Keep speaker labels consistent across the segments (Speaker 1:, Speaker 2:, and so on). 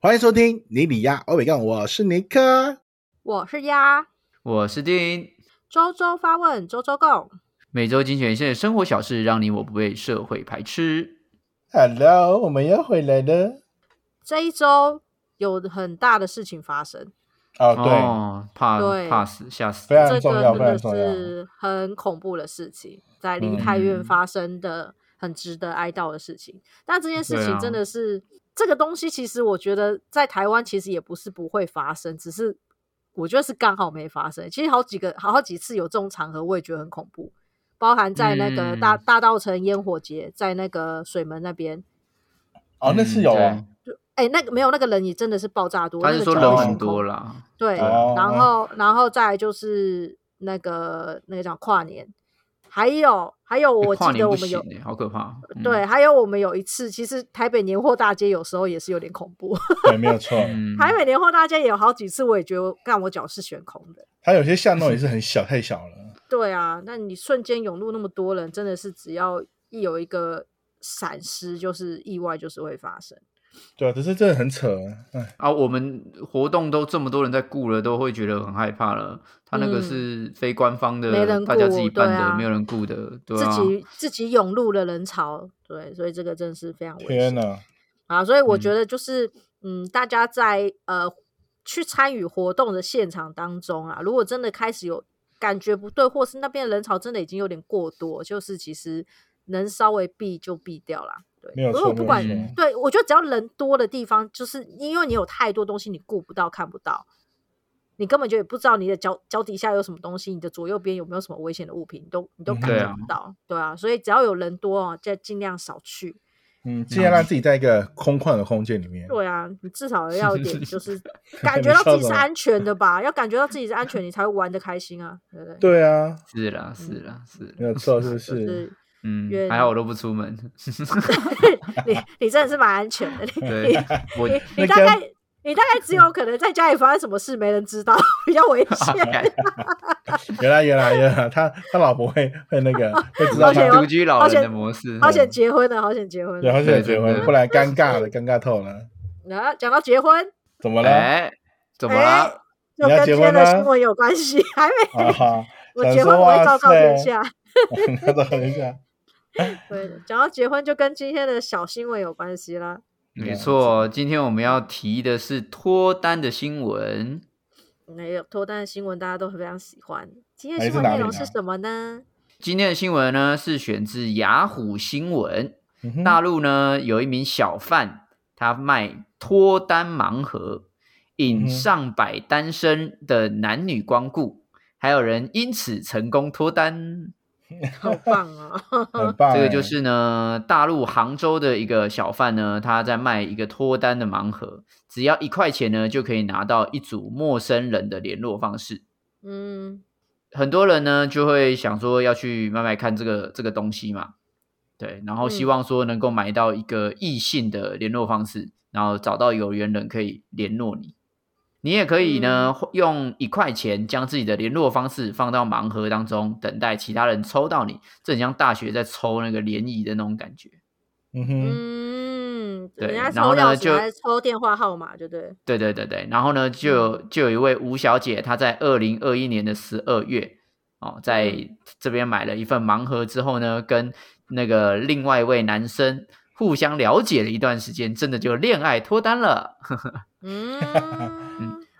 Speaker 1: 欢迎收听尼里亚欧美杠，我是尼克。
Speaker 2: 我是鸭，
Speaker 3: 我是丁，
Speaker 2: 周周发问，周周 go。
Speaker 3: 每周精选一些生活小事，让你我不被社会排斥。
Speaker 1: Hello，我们又回来了。
Speaker 2: 这一周有很大的事情发生，
Speaker 1: 哦，对，
Speaker 3: 哦，怕
Speaker 2: 对
Speaker 3: 怕死，吓死
Speaker 1: 非！常
Speaker 2: 这
Speaker 1: 重
Speaker 2: 个
Speaker 1: 要
Speaker 2: 真
Speaker 1: 非常
Speaker 2: 的
Speaker 1: 重要
Speaker 2: 是很恐怖的事情，在梨
Speaker 1: 嗯
Speaker 2: 泰院发生的很值得哀悼的事情。但这件事
Speaker 3: 对
Speaker 2: 情
Speaker 3: 啊
Speaker 2: 真的是、这个东西，其实我觉得在台湾其实也不是不会发生，只是我觉得是刚好没发生。其实好几个好好几次有这种场合，我也觉得很恐怖。包含在那个
Speaker 3: 嗯
Speaker 2: 大、大道城烟火节，在那个水门那边，
Speaker 1: 哦，那是有啊，
Speaker 3: 嗯
Speaker 2: 哎、那个没有那个人也真的是爆炸多，
Speaker 3: 对他
Speaker 2: 那
Speaker 3: 是
Speaker 2: 个
Speaker 3: 说
Speaker 2: 脚
Speaker 3: 人
Speaker 2: 都
Speaker 3: 很
Speaker 2: 悬空
Speaker 3: 多啦，
Speaker 2: 对，
Speaker 1: 哦
Speaker 2: 然后然后再来就是那个那个叫跨年，还有还有我
Speaker 3: 跨
Speaker 2: 记
Speaker 3: 年
Speaker 2: 得
Speaker 3: 不
Speaker 2: 我们
Speaker 3: 行
Speaker 2: 有、呃
Speaker 3: 欸，好可怕。嗯
Speaker 2: 对，，还有我们有一次，其实台北年货大街有时候也是有点恐怖，
Speaker 1: 对，没有 错。
Speaker 3: 嗯，
Speaker 2: 台北年货大街也有好几次，我也觉得干我脚是悬空的。
Speaker 1: 它有些巷弄也是很小，太小了。
Speaker 2: 对啊，那你瞬间涌入那么多人，真的是只要一有一个闪失，就是意外，就是会发生。
Speaker 1: 对啊，只是真的很扯啊。哎，
Speaker 3: 啊，我们活动都这么多人在顾了，都会觉得很害怕了。他那个
Speaker 2: 嗯
Speaker 3: 是非官方的，
Speaker 2: 没人
Speaker 3: 大家
Speaker 2: 顾
Speaker 3: 自己办
Speaker 2: 对
Speaker 3: 的，
Speaker 2: 啊
Speaker 3: 没有人顾的，对啊。
Speaker 2: 自己自己涌入了人潮，对，所以这个真的是非常危险。
Speaker 1: 天哪！
Speaker 2: 啊，所以我
Speaker 3: 嗯
Speaker 2: 觉得就是，嗯，大家在呃去参与活动的现场当中啊，如果真的开始有感觉不对，或是那边的人潮真的已经有点过多，就是其实能稍微避就避掉啦。对，
Speaker 1: 没有
Speaker 2: 如果
Speaker 1: 错，
Speaker 2: 哦不
Speaker 1: 没有
Speaker 2: 管，
Speaker 1: 错。
Speaker 2: 对我觉得只要人多的地方，就是因为你有太多东西你顾不到、看不到，你根本就也不知道你的脚脚底下有什么东西，你的左右边有没有什么危险的物品，你都你都
Speaker 1: 嗯
Speaker 2: 感
Speaker 3: 对
Speaker 2: 觉
Speaker 3: 啊
Speaker 2: 不到，对啊，所以只要有人多啊，就尽量少去。
Speaker 1: 嗯，尽量让自己在一个空旷的空间里面。
Speaker 2: 对啊，你至少要有点就是 感觉到自己是安全的吧，要感觉到自己是安全，你才会玩的开心啊，对不对？
Speaker 1: 对啊，
Speaker 3: 是啦，是啦，
Speaker 2: 嗯
Speaker 3: 是
Speaker 1: 没
Speaker 3: 啦。
Speaker 1: 有错，是不？
Speaker 2: 就是是
Speaker 3: 嗯，
Speaker 2: 愿
Speaker 3: 还好我都不 出门。
Speaker 2: 你你真的是蛮安全的，你
Speaker 3: 对， 我
Speaker 2: 你你
Speaker 1: 那
Speaker 2: 大
Speaker 1: 跟
Speaker 2: 概你大概只有可能在家里发生什么事没人知道，比较 危险。
Speaker 1: 原来，原来，原来，他他老婆会会那 个会知道
Speaker 2: 好
Speaker 1: 他
Speaker 2: 险，
Speaker 3: 独居老
Speaker 2: 好
Speaker 3: 人的
Speaker 2: 险
Speaker 3: 模式，
Speaker 2: 好险结婚了，好险结婚
Speaker 1: 对，啊
Speaker 2: 了。
Speaker 1: 好险结
Speaker 3: 对
Speaker 1: 婚，
Speaker 3: 对
Speaker 1: 不然尴尬了，尴尬透了。
Speaker 2: 然后讲到结婚，
Speaker 1: 怎么了？
Speaker 3: 哎，怎么
Speaker 2: 哎
Speaker 3: 啦？
Speaker 2: 就
Speaker 1: 你要
Speaker 2: 跟
Speaker 1: 结
Speaker 2: 今天
Speaker 1: 婚
Speaker 2: 的
Speaker 1: 吗
Speaker 2: 新闻有关系， 还没。
Speaker 1: 啊哈，
Speaker 2: 我
Speaker 1: 想
Speaker 2: 结婚
Speaker 1: 说
Speaker 2: 我会
Speaker 1: 哇
Speaker 2: 昭告天
Speaker 1: 塞
Speaker 2: 下。
Speaker 1: 你要等一下。
Speaker 2: 对，讲到结婚就跟今天的小新闻有关系啦。
Speaker 3: 没错，今天我们要提的是脱单的新闻。
Speaker 2: 没嗯有脱单的新闻，大家都非常喜欢。今天
Speaker 1: 哎
Speaker 2: 新
Speaker 1: 是
Speaker 2: 闻
Speaker 1: 哪
Speaker 2: 内
Speaker 1: 里
Speaker 2: 容
Speaker 1: 呢
Speaker 2: 是什么呢？
Speaker 3: 今天的新闻呢是选自雅虎新闻，
Speaker 1: 嗯哼
Speaker 3: 大陆呢有一名小贩，他卖脱单盲
Speaker 1: 嗯
Speaker 3: 盒，引
Speaker 1: 哼
Speaker 3: 上百单身的男女光顾，还有人因此成功脱单。
Speaker 2: 好棒啊！
Speaker 1: 很棒欸，
Speaker 3: 这个就是呢，大陆杭州的一个小贩呢，他在卖一个脱单的盲盒，只要一块钱呢，就可以拿到一组陌生人的联络方式。
Speaker 2: 嗯，
Speaker 3: 很多人呢就会想说要去买买看这个这个东西嘛，对，然后希
Speaker 2: 嗯
Speaker 3: 望说能够买到一个异性的联络方式，然后找到有缘人可以联络你。你也可以呢，用一块钱将自己的联络方式放到盲盒当中，等待其他人抽到你。这很像大学在抽那个联谊的那种感觉。
Speaker 1: 嗯哼，
Speaker 2: 嗯，
Speaker 3: 对
Speaker 2: 人家
Speaker 3: 然后
Speaker 2: 抽
Speaker 3: 呢
Speaker 2: 钥匙
Speaker 3: 就
Speaker 2: 还是抽电话号码，对不对？
Speaker 3: 对对对对，然后呢，就有
Speaker 2: 嗯
Speaker 3: 就有一位吴小姐，她在二零二一年的十二月哦，在
Speaker 2: 嗯
Speaker 3: 这边买了一份盲盒之后呢，跟那个另外一位男生互相了解了一段时间，真的就恋爱脱单了。
Speaker 2: 嗯，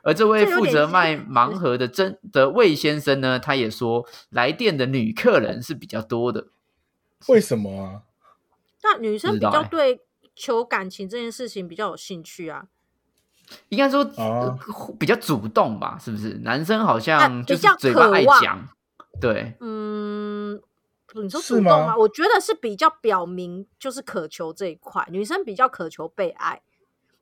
Speaker 3: 而这位
Speaker 2: 这有
Speaker 3: 负
Speaker 2: 点
Speaker 3: 责
Speaker 2: 像
Speaker 3: 卖盲盒的真的魏先生呢，他也说来电的女客人是比较多的。
Speaker 1: 为什么啊？
Speaker 2: 那女生
Speaker 3: 不
Speaker 2: 比
Speaker 3: 知道
Speaker 2: 较
Speaker 3: 哎
Speaker 2: 对求感情这件事情比较有兴趣啊，
Speaker 3: 应该说、
Speaker 1: 哦
Speaker 3: 呃比较主动吧，是不是？男生好
Speaker 2: 啊
Speaker 3: 像
Speaker 2: 比
Speaker 3: 就是
Speaker 2: 较
Speaker 3: 嘴巴
Speaker 2: 渴
Speaker 3: 爱
Speaker 2: 望
Speaker 3: 讲，对，
Speaker 2: 嗯。你说
Speaker 1: 是
Speaker 2: 主动
Speaker 1: 吗
Speaker 2: 吗？我觉得是比较表明，就是渴求这一块，女生比较渴求被爱，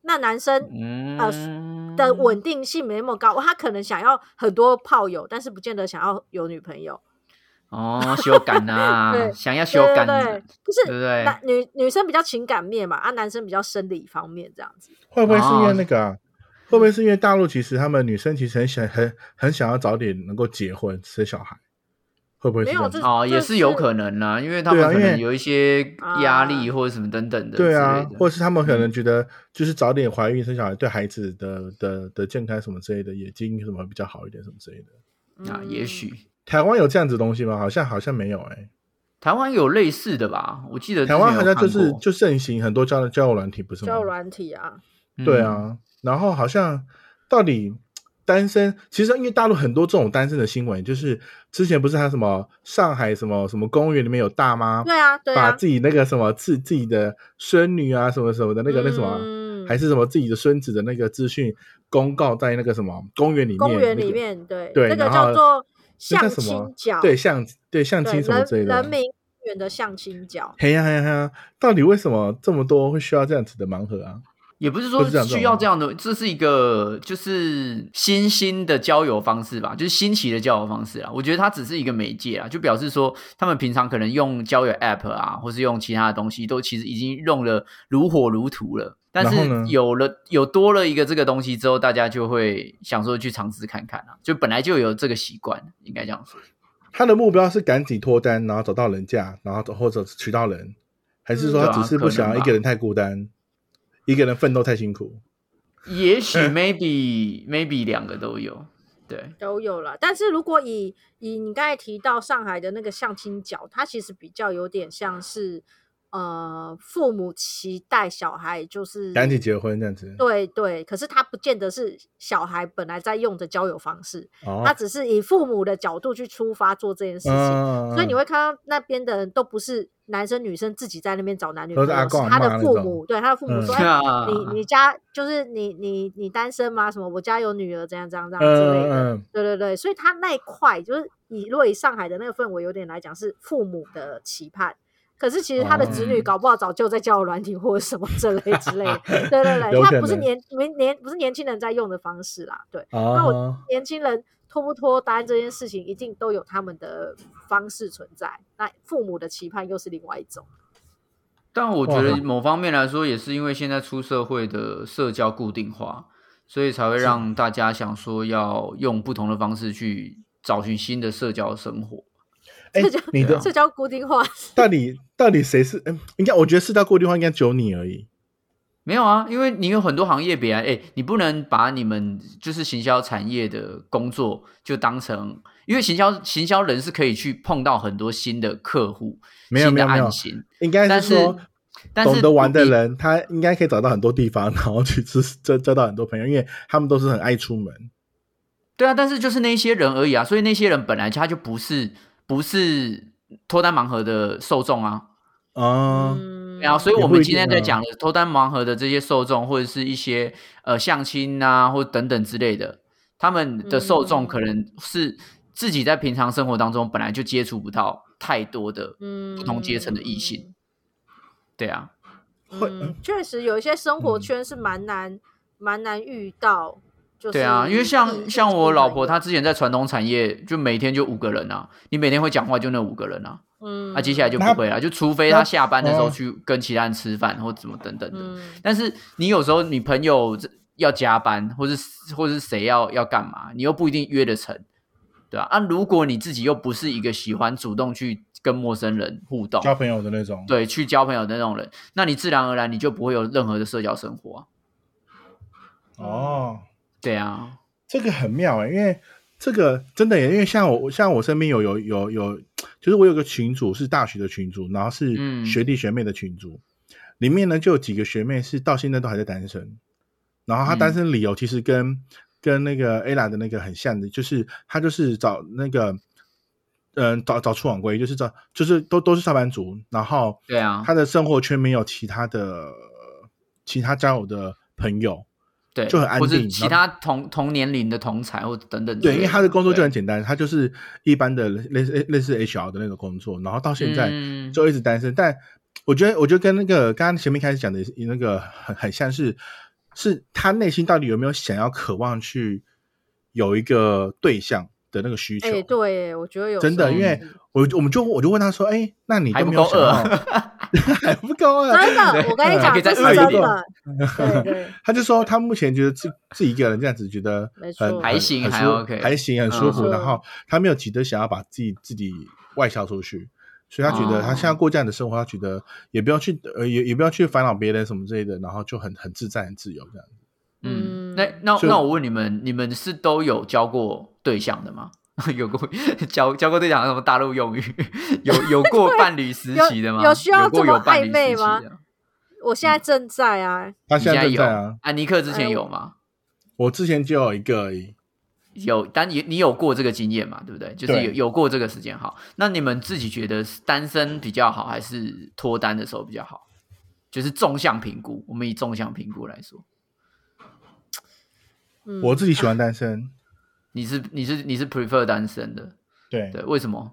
Speaker 2: 那男生
Speaker 3: 嗯，
Speaker 2: 呃的稳定性没那么高，他可能想要很多炮友，但是不见得想要有女朋友。
Speaker 3: 哦，修改呐，
Speaker 2: 对
Speaker 3: 想要修
Speaker 2: 对对
Speaker 3: 改，
Speaker 2: 对，就
Speaker 3: 对不
Speaker 2: 是
Speaker 3: 对
Speaker 2: 男女女生比较情感面嘛，啊，男生比较生理方面这样子。
Speaker 1: 会不会是因为
Speaker 3: 哦
Speaker 1: 那个、啊？会不会是因为大陆其实他们女生其实很想很很想要早点能够结婚生小孩？会不会是
Speaker 2: 没
Speaker 1: 这
Speaker 2: 有
Speaker 1: 样
Speaker 2: 就
Speaker 1: 子？
Speaker 3: 哦，也
Speaker 2: 就是是
Speaker 3: 有可能啦、因为他们
Speaker 1: 对啊因
Speaker 3: 可能
Speaker 1: 为
Speaker 3: 有一些压力
Speaker 2: 啊
Speaker 3: 或者什么等等的之类
Speaker 1: 对
Speaker 3: 的。
Speaker 1: 啊，或者是他们可能觉得就是早点怀孕生小孩，对孩子的的的健康什么之类的，也经营什么比较好一点什么之类的。
Speaker 3: 啊，也
Speaker 2: 嗯
Speaker 3: 许
Speaker 1: 台湾有这样子的东西吗？好像好像没有哎、
Speaker 3: 台湾有类似的吧？我记得之
Speaker 1: 台湾
Speaker 3: 前
Speaker 1: 好
Speaker 3: 有
Speaker 1: 像就
Speaker 3: 看
Speaker 1: 是
Speaker 3: 过
Speaker 1: 就盛行很多交交友软体，不是吗？
Speaker 2: 交友软体啊，
Speaker 1: 对，
Speaker 3: 嗯
Speaker 1: 啊，然后好像到底单身，其实因为大陆很多这种单身的新闻，就是之前不是还有什么上海什么什么公园里面有大妈，
Speaker 2: 对啊，对
Speaker 1: 把
Speaker 2: 啊，
Speaker 1: 自己那个什么自自己的孙女啊什么什么的那个那什么。
Speaker 2: 嗯
Speaker 1: 还是什么自己的孙子的那个资讯公告在那个什么公园里面，
Speaker 2: 公园
Speaker 1: 那
Speaker 2: 里
Speaker 1: 个
Speaker 2: 面，对，
Speaker 1: 对
Speaker 2: 这个
Speaker 1: 然
Speaker 2: 叫
Speaker 1: 后
Speaker 2: 做
Speaker 1: 那叫
Speaker 2: 相
Speaker 1: 什么
Speaker 2: 亲角，
Speaker 1: 对相对相
Speaker 2: 对
Speaker 1: 亲什么
Speaker 2: 人
Speaker 1: 之类的啊
Speaker 2: 人，民公园的相亲角，
Speaker 1: 嘿呀嘿呀嘿呀，到底为什么这么多会需要这样子的盲盒啊？
Speaker 3: 也不是
Speaker 1: 不
Speaker 3: 说
Speaker 1: 是这样子
Speaker 3: 需要
Speaker 1: 吗
Speaker 3: 这样的，这是一个就是新兴的交友方式吧，就是新奇的交友方式啊。我觉得它只是一个媒介啊，就表示说他们平常可能用交友 App 啊，或是用其他的东西，都其实已经用的如火如荼了。但
Speaker 1: 然后
Speaker 3: 是
Speaker 1: 呢
Speaker 3: 有了有多了一个这个东西之后，大家就会想说去尝试看看啊，就本来就有这个习惯，应该这样说。
Speaker 1: 他的目标是赶紧脱单，然后找到人嫁，然后找或者娶到人，还是说
Speaker 2: 嗯
Speaker 1: 他只是不想
Speaker 3: 对啊可能
Speaker 1: 要一
Speaker 3: 吧
Speaker 1: 个人太孤单，一个人奋斗太辛苦？
Speaker 3: 也许 maybe maybe 两个都有，对。
Speaker 2: 都有了。但是如果以以你刚才提到上海的那个相亲角，它其实比较有点像是呃父母期待小孩就是
Speaker 1: 赶紧结婚这样子？
Speaker 2: 嗯对对，可是它不见得是小孩本来在用的交友方式，
Speaker 1: 哦
Speaker 2: 它，只是以父母的角度去出发做这件事情。
Speaker 1: 嗯
Speaker 2: 所以你会看到那边的人都不是男生女生自己在那边找男女
Speaker 1: 都
Speaker 2: 朋
Speaker 1: 是阿
Speaker 2: 友，是
Speaker 1: 公阿嬷
Speaker 2: 他的
Speaker 1: 那
Speaker 2: 父
Speaker 1: 种
Speaker 2: 母，对他的父母说：“
Speaker 3: 嗯
Speaker 2: 哎，
Speaker 3: 啊
Speaker 2: 你你家就是你你你单身吗？什么我家有女儿，怎样怎样怎
Speaker 1: 嗯
Speaker 2: 样之类
Speaker 1: 嗯
Speaker 2: 的。”
Speaker 1: 嗯，
Speaker 2: 对对对，所以他那一块就是以若以上海的那个氛围有点来讲，是父母的期盼。可是其实他的子女
Speaker 3: 哦
Speaker 2: 搞不好早就在交友软体或者什么这类之类的，对对
Speaker 1: 有
Speaker 2: 对，
Speaker 1: 可
Speaker 2: 他不是
Speaker 1: 能
Speaker 2: 年年年不是年轻人在用的方式啦，对。那我
Speaker 1: 哦，
Speaker 2: 年轻人脱不脱单这件事情，一定都有他们的方式存在。那父母的期盼又是另外一种。
Speaker 3: 但我觉
Speaker 1: 哇
Speaker 3: 得某方面来说，也是因为现在出社会的社交固定化，所以才会
Speaker 1: 是
Speaker 3: 让大家想说要用不同的方式去找寻新的社交生活。
Speaker 1: 哎
Speaker 2: 这叫，
Speaker 1: 你
Speaker 3: 嗯
Speaker 1: 的
Speaker 2: 这叫固定化。
Speaker 1: 到底到底谁是？嗯，应该我觉得是到固定化应该只有你而已。
Speaker 3: 没有啊，因为你有很多行业别啊，哎，你不能把你们就是行销产业的工作就当成，因为行销行销人是可以去碰到很多新的客户、
Speaker 1: 没有
Speaker 3: 新
Speaker 1: 没
Speaker 3: 的
Speaker 1: 有没有
Speaker 3: 案型，
Speaker 1: 应该
Speaker 3: 但
Speaker 1: 是
Speaker 3: 是
Speaker 1: 说，
Speaker 3: 但是
Speaker 1: 懂得玩的
Speaker 3: 你
Speaker 1: 人，他应该可以找到很多地方，然 后去吃交交到很多朋友，因为他们都是很爱出门。
Speaker 3: 对啊，但是就是那些人而已啊，所以那些人本来他就不是不是脱单盲盒的受众啊，
Speaker 1: 啊，
Speaker 2: 嗯，
Speaker 3: 然后、所以
Speaker 1: 也
Speaker 3: 我
Speaker 1: 不
Speaker 3: 们
Speaker 1: 一
Speaker 3: 今天
Speaker 1: 定啊
Speaker 3: 在讲的脱单盲盒的这些受众，或者是一些呃相亲啊，或等等之类的，他们的受众
Speaker 2: 嗯
Speaker 3: 可能是自己在平常生活当中本来就接触不到太多的，
Speaker 2: 嗯
Speaker 3: 不同阶层的异性。对啊，
Speaker 1: 会
Speaker 2: 嗯，确实有一些生活
Speaker 1: 嗯
Speaker 2: 圈是蛮难蛮难遇到。就是
Speaker 3: 对啊，因为
Speaker 2: 异
Speaker 3: 像
Speaker 2: 性
Speaker 3: 像我
Speaker 2: 朋
Speaker 3: 老婆，
Speaker 2: 友
Speaker 3: 她之前在传统产业就每天就五个人啊，你每天会讲话就那五个人啊，
Speaker 2: 嗯，
Speaker 3: 那、接下来就
Speaker 1: 那
Speaker 3: 不会了，就除非
Speaker 1: 那
Speaker 3: 他下班的时候
Speaker 1: 哦
Speaker 3: 去跟其他人吃饭或怎么等等的。
Speaker 2: 嗯
Speaker 3: 但是你有时候你朋友这要加班，或是或是谁要要干嘛，你又不一定约得成，对吧、啊？如果你自己又不是一个喜欢主动去跟陌生人互动，
Speaker 1: 交朋友的那种。
Speaker 3: 对，去交朋友的那种人，那你自然而然你就不会有任何的社交生活啊。
Speaker 1: 哦，
Speaker 3: 对啊，
Speaker 1: 这个很妙哎、因为这个真的耶，因为像我像我身边有有有有，就是我有个群主是大学的群主，然后
Speaker 3: 嗯
Speaker 1: 是学弟学妹的群主，里面呢就有几个学妹是到现在都还在单身，然后她
Speaker 3: 嗯
Speaker 1: 单身理由其实跟、跟那个 ella 的那个很像的，就是她就是找那个。嗯，早早出晚归，就是找，就是都都是上班族，然后
Speaker 3: 对啊
Speaker 1: 他的生活圈没有其他的其他交友的朋友，
Speaker 3: 对，
Speaker 1: 就很安
Speaker 3: 或是
Speaker 1: 定
Speaker 3: 其
Speaker 1: 然
Speaker 3: 他同同年龄的同才或等等之类。
Speaker 1: 对，因为他的工作就很
Speaker 3: 对
Speaker 1: 简单，他就是一般的类似类似 HR 的那种工作，然后到现在
Speaker 3: 嗯
Speaker 1: 就一直单身。但我觉得，我觉得跟那个刚刚前面开始讲的那个很很像是，是他内心到底有没有想要渴望去有一个对象的那个需求？
Speaker 2: 哎哎、对，我觉得有
Speaker 1: 真的，
Speaker 2: 时候
Speaker 1: 因为
Speaker 2: 是
Speaker 1: 我我们就我就问他说，哎，那你
Speaker 3: 还
Speaker 1: 都
Speaker 3: 不
Speaker 1: 没有
Speaker 3: 够
Speaker 1: 想
Speaker 3: 饿
Speaker 1: 要， 还不够啊！
Speaker 2: 真的，我跟你
Speaker 3: 还
Speaker 2: 讲，
Speaker 3: 可以再
Speaker 2: 这是
Speaker 3: 饿一
Speaker 2: 真
Speaker 3: 点
Speaker 2: 的。对对，
Speaker 1: 他就说他目前觉得自自己一个人这样子觉得
Speaker 2: 没错
Speaker 1: 很
Speaker 2: 还
Speaker 3: 行
Speaker 1: 很
Speaker 3: 还
Speaker 1: 舒
Speaker 3: OK
Speaker 1: 还行很舒服，
Speaker 2: 嗯
Speaker 1: 然后他没有急着想要把自己自己外销出去，所以他觉得
Speaker 3: 哦
Speaker 1: 他现在过这样的生活，他觉得也不要去呃也也不要去烦恼别人什么之类的，然后就很很自在很自由这样。
Speaker 3: 嗯，
Speaker 2: 嗯
Speaker 3: 那那
Speaker 1: 就
Speaker 3: 那我问你们，你们是都有交过对象的吗？ 有过交交过对象，什么大陆用语？ 有有过伴侣时期的吗？
Speaker 2: 有有需要
Speaker 3: 过
Speaker 2: 这么
Speaker 3: 有伴侣
Speaker 2: 暧昧
Speaker 3: 时期
Speaker 2: 吗
Speaker 3: 的？
Speaker 2: 我现在正在啊，
Speaker 1: 他
Speaker 3: 你现
Speaker 1: 现在正
Speaker 3: 有
Speaker 1: 在啊，
Speaker 3: 安尼克之前
Speaker 2: 哎
Speaker 3: 有吗？
Speaker 1: 我之前就有一个而已，
Speaker 3: 有，但你你有过这个经验嘛？对不对？就是
Speaker 1: 对
Speaker 3: 有有过这个时间好。那你们自己觉得是单身比较好，还是脱单的时候比较好？就是纵向评估，我们以纵向评估来说，
Speaker 2: 嗯，
Speaker 1: 我自己喜欢单
Speaker 3: 嗯
Speaker 1: 身，
Speaker 3: 你是你是你是 prefer 单身的，
Speaker 1: 对
Speaker 3: 对？为什么？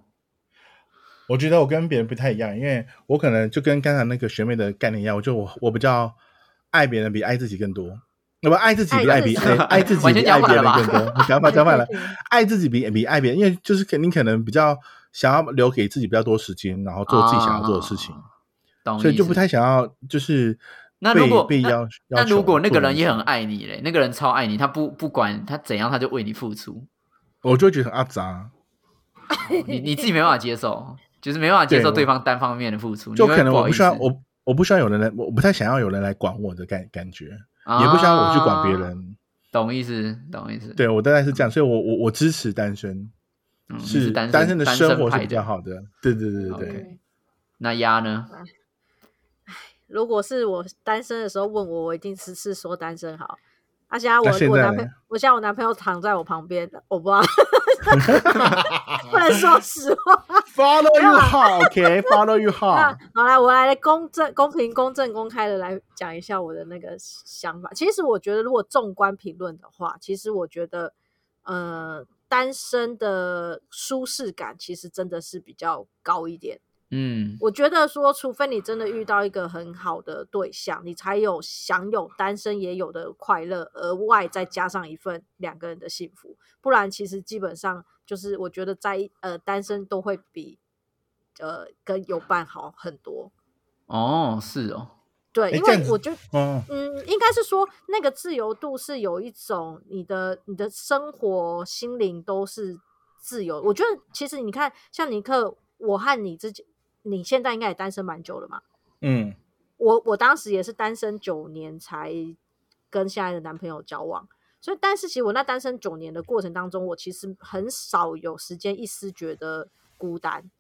Speaker 1: 我觉得我跟别人不太一样，因为我可能就跟刚才那个学妹的概念一样，我就我我比较爱别人比爱自己更多，那么爱自己比爱
Speaker 2: 爱
Speaker 1: 比
Speaker 2: 自己
Speaker 1: 爱爱自己
Speaker 3: 完
Speaker 1: 比
Speaker 3: 全
Speaker 1: 爱
Speaker 3: 讲
Speaker 1: 别
Speaker 3: 反
Speaker 1: 人
Speaker 3: 了吧
Speaker 1: 更多，你讲反讲反 了，爱自己比比爱别人，因为就是肯定可能比较想要留给自己比较多时间，然后做自己想要做的事情，
Speaker 3: 啊懂
Speaker 1: 所以就
Speaker 3: 意
Speaker 1: 不
Speaker 3: 思
Speaker 1: 太想要就是
Speaker 3: 那
Speaker 1: 被
Speaker 3: 如果
Speaker 1: 被
Speaker 3: 那
Speaker 1: 要
Speaker 3: 那
Speaker 1: 要求
Speaker 3: 如果那
Speaker 1: 做
Speaker 3: 个人
Speaker 1: 的
Speaker 3: 也
Speaker 1: 事
Speaker 3: 很
Speaker 1: 情，
Speaker 3: 爱你嘞，那个人超爱你，他不不管他怎样，他就为你 付出，
Speaker 1: 我就会觉得很阿杂，
Speaker 3: 你你自己没办法接受，就是没办法接
Speaker 1: 对
Speaker 3: 受
Speaker 1: 我
Speaker 3: 对方单方面的付出，
Speaker 1: 就
Speaker 3: 你会
Speaker 1: 可能
Speaker 3: 不
Speaker 1: 我
Speaker 3: 好
Speaker 1: 不
Speaker 3: 意
Speaker 1: 需要
Speaker 3: 思
Speaker 1: 我我不需要有人来，我我不太想要有人来管我的感感觉，
Speaker 3: 啊
Speaker 1: 也不需要我去管别人。
Speaker 3: 懂意思，懂意思。
Speaker 1: 对我大概是这样，所以我我我支持单身，
Speaker 3: 嗯，你
Speaker 1: 是
Speaker 3: 单
Speaker 1: 单
Speaker 3: 身
Speaker 1: 的
Speaker 3: 单
Speaker 1: 生活
Speaker 3: 派
Speaker 1: 是比
Speaker 3: 的
Speaker 1: 较。好的。对对对对对
Speaker 3: OK 那鸭呢？
Speaker 2: 如果是我单身的时候问我，我一定是是说单身好。啊，现在
Speaker 1: 那现
Speaker 2: 我我
Speaker 1: 在
Speaker 2: 男朋
Speaker 1: 呢
Speaker 2: 我现在我男朋友躺在我旁边，我不知道， 不能说实话。
Speaker 1: ，Follow you hard，OK，Follow you
Speaker 2: 那
Speaker 1: hard。
Speaker 2: 好来，我来公正、公平、公正、公开的来讲一下我的那个想法。其实我觉得，如果纵观评论的话，其实我觉得，呃，单身的舒适感其实真的是比较高一点。
Speaker 3: 嗯，
Speaker 2: 我觉得说，除非你真的遇到一个很好的对象，你才有享有单身也有的快乐，额外再加上一份两个人的幸福。不然，其实基本上就是我觉得在一呃单身都会比呃跟有伴好很多。
Speaker 3: 哦，是哦，
Speaker 2: 对，
Speaker 1: 诶
Speaker 2: 因
Speaker 1: 这样
Speaker 2: 为
Speaker 1: 子
Speaker 2: 我觉得。
Speaker 1: 嗯，
Speaker 2: 嗯，应该是说那个自由度是有一种你的你的生活、心灵都是自由。我觉得其实你看，像尼克，我和你之间，你现在应该也单身蛮久了嘛。
Speaker 1: 嗯，
Speaker 2: 我我当时也是单身九年才跟现在的男朋友交往，所以但是其实我那单身九年的过程当中，我其实很少有时间一丝觉得孤单。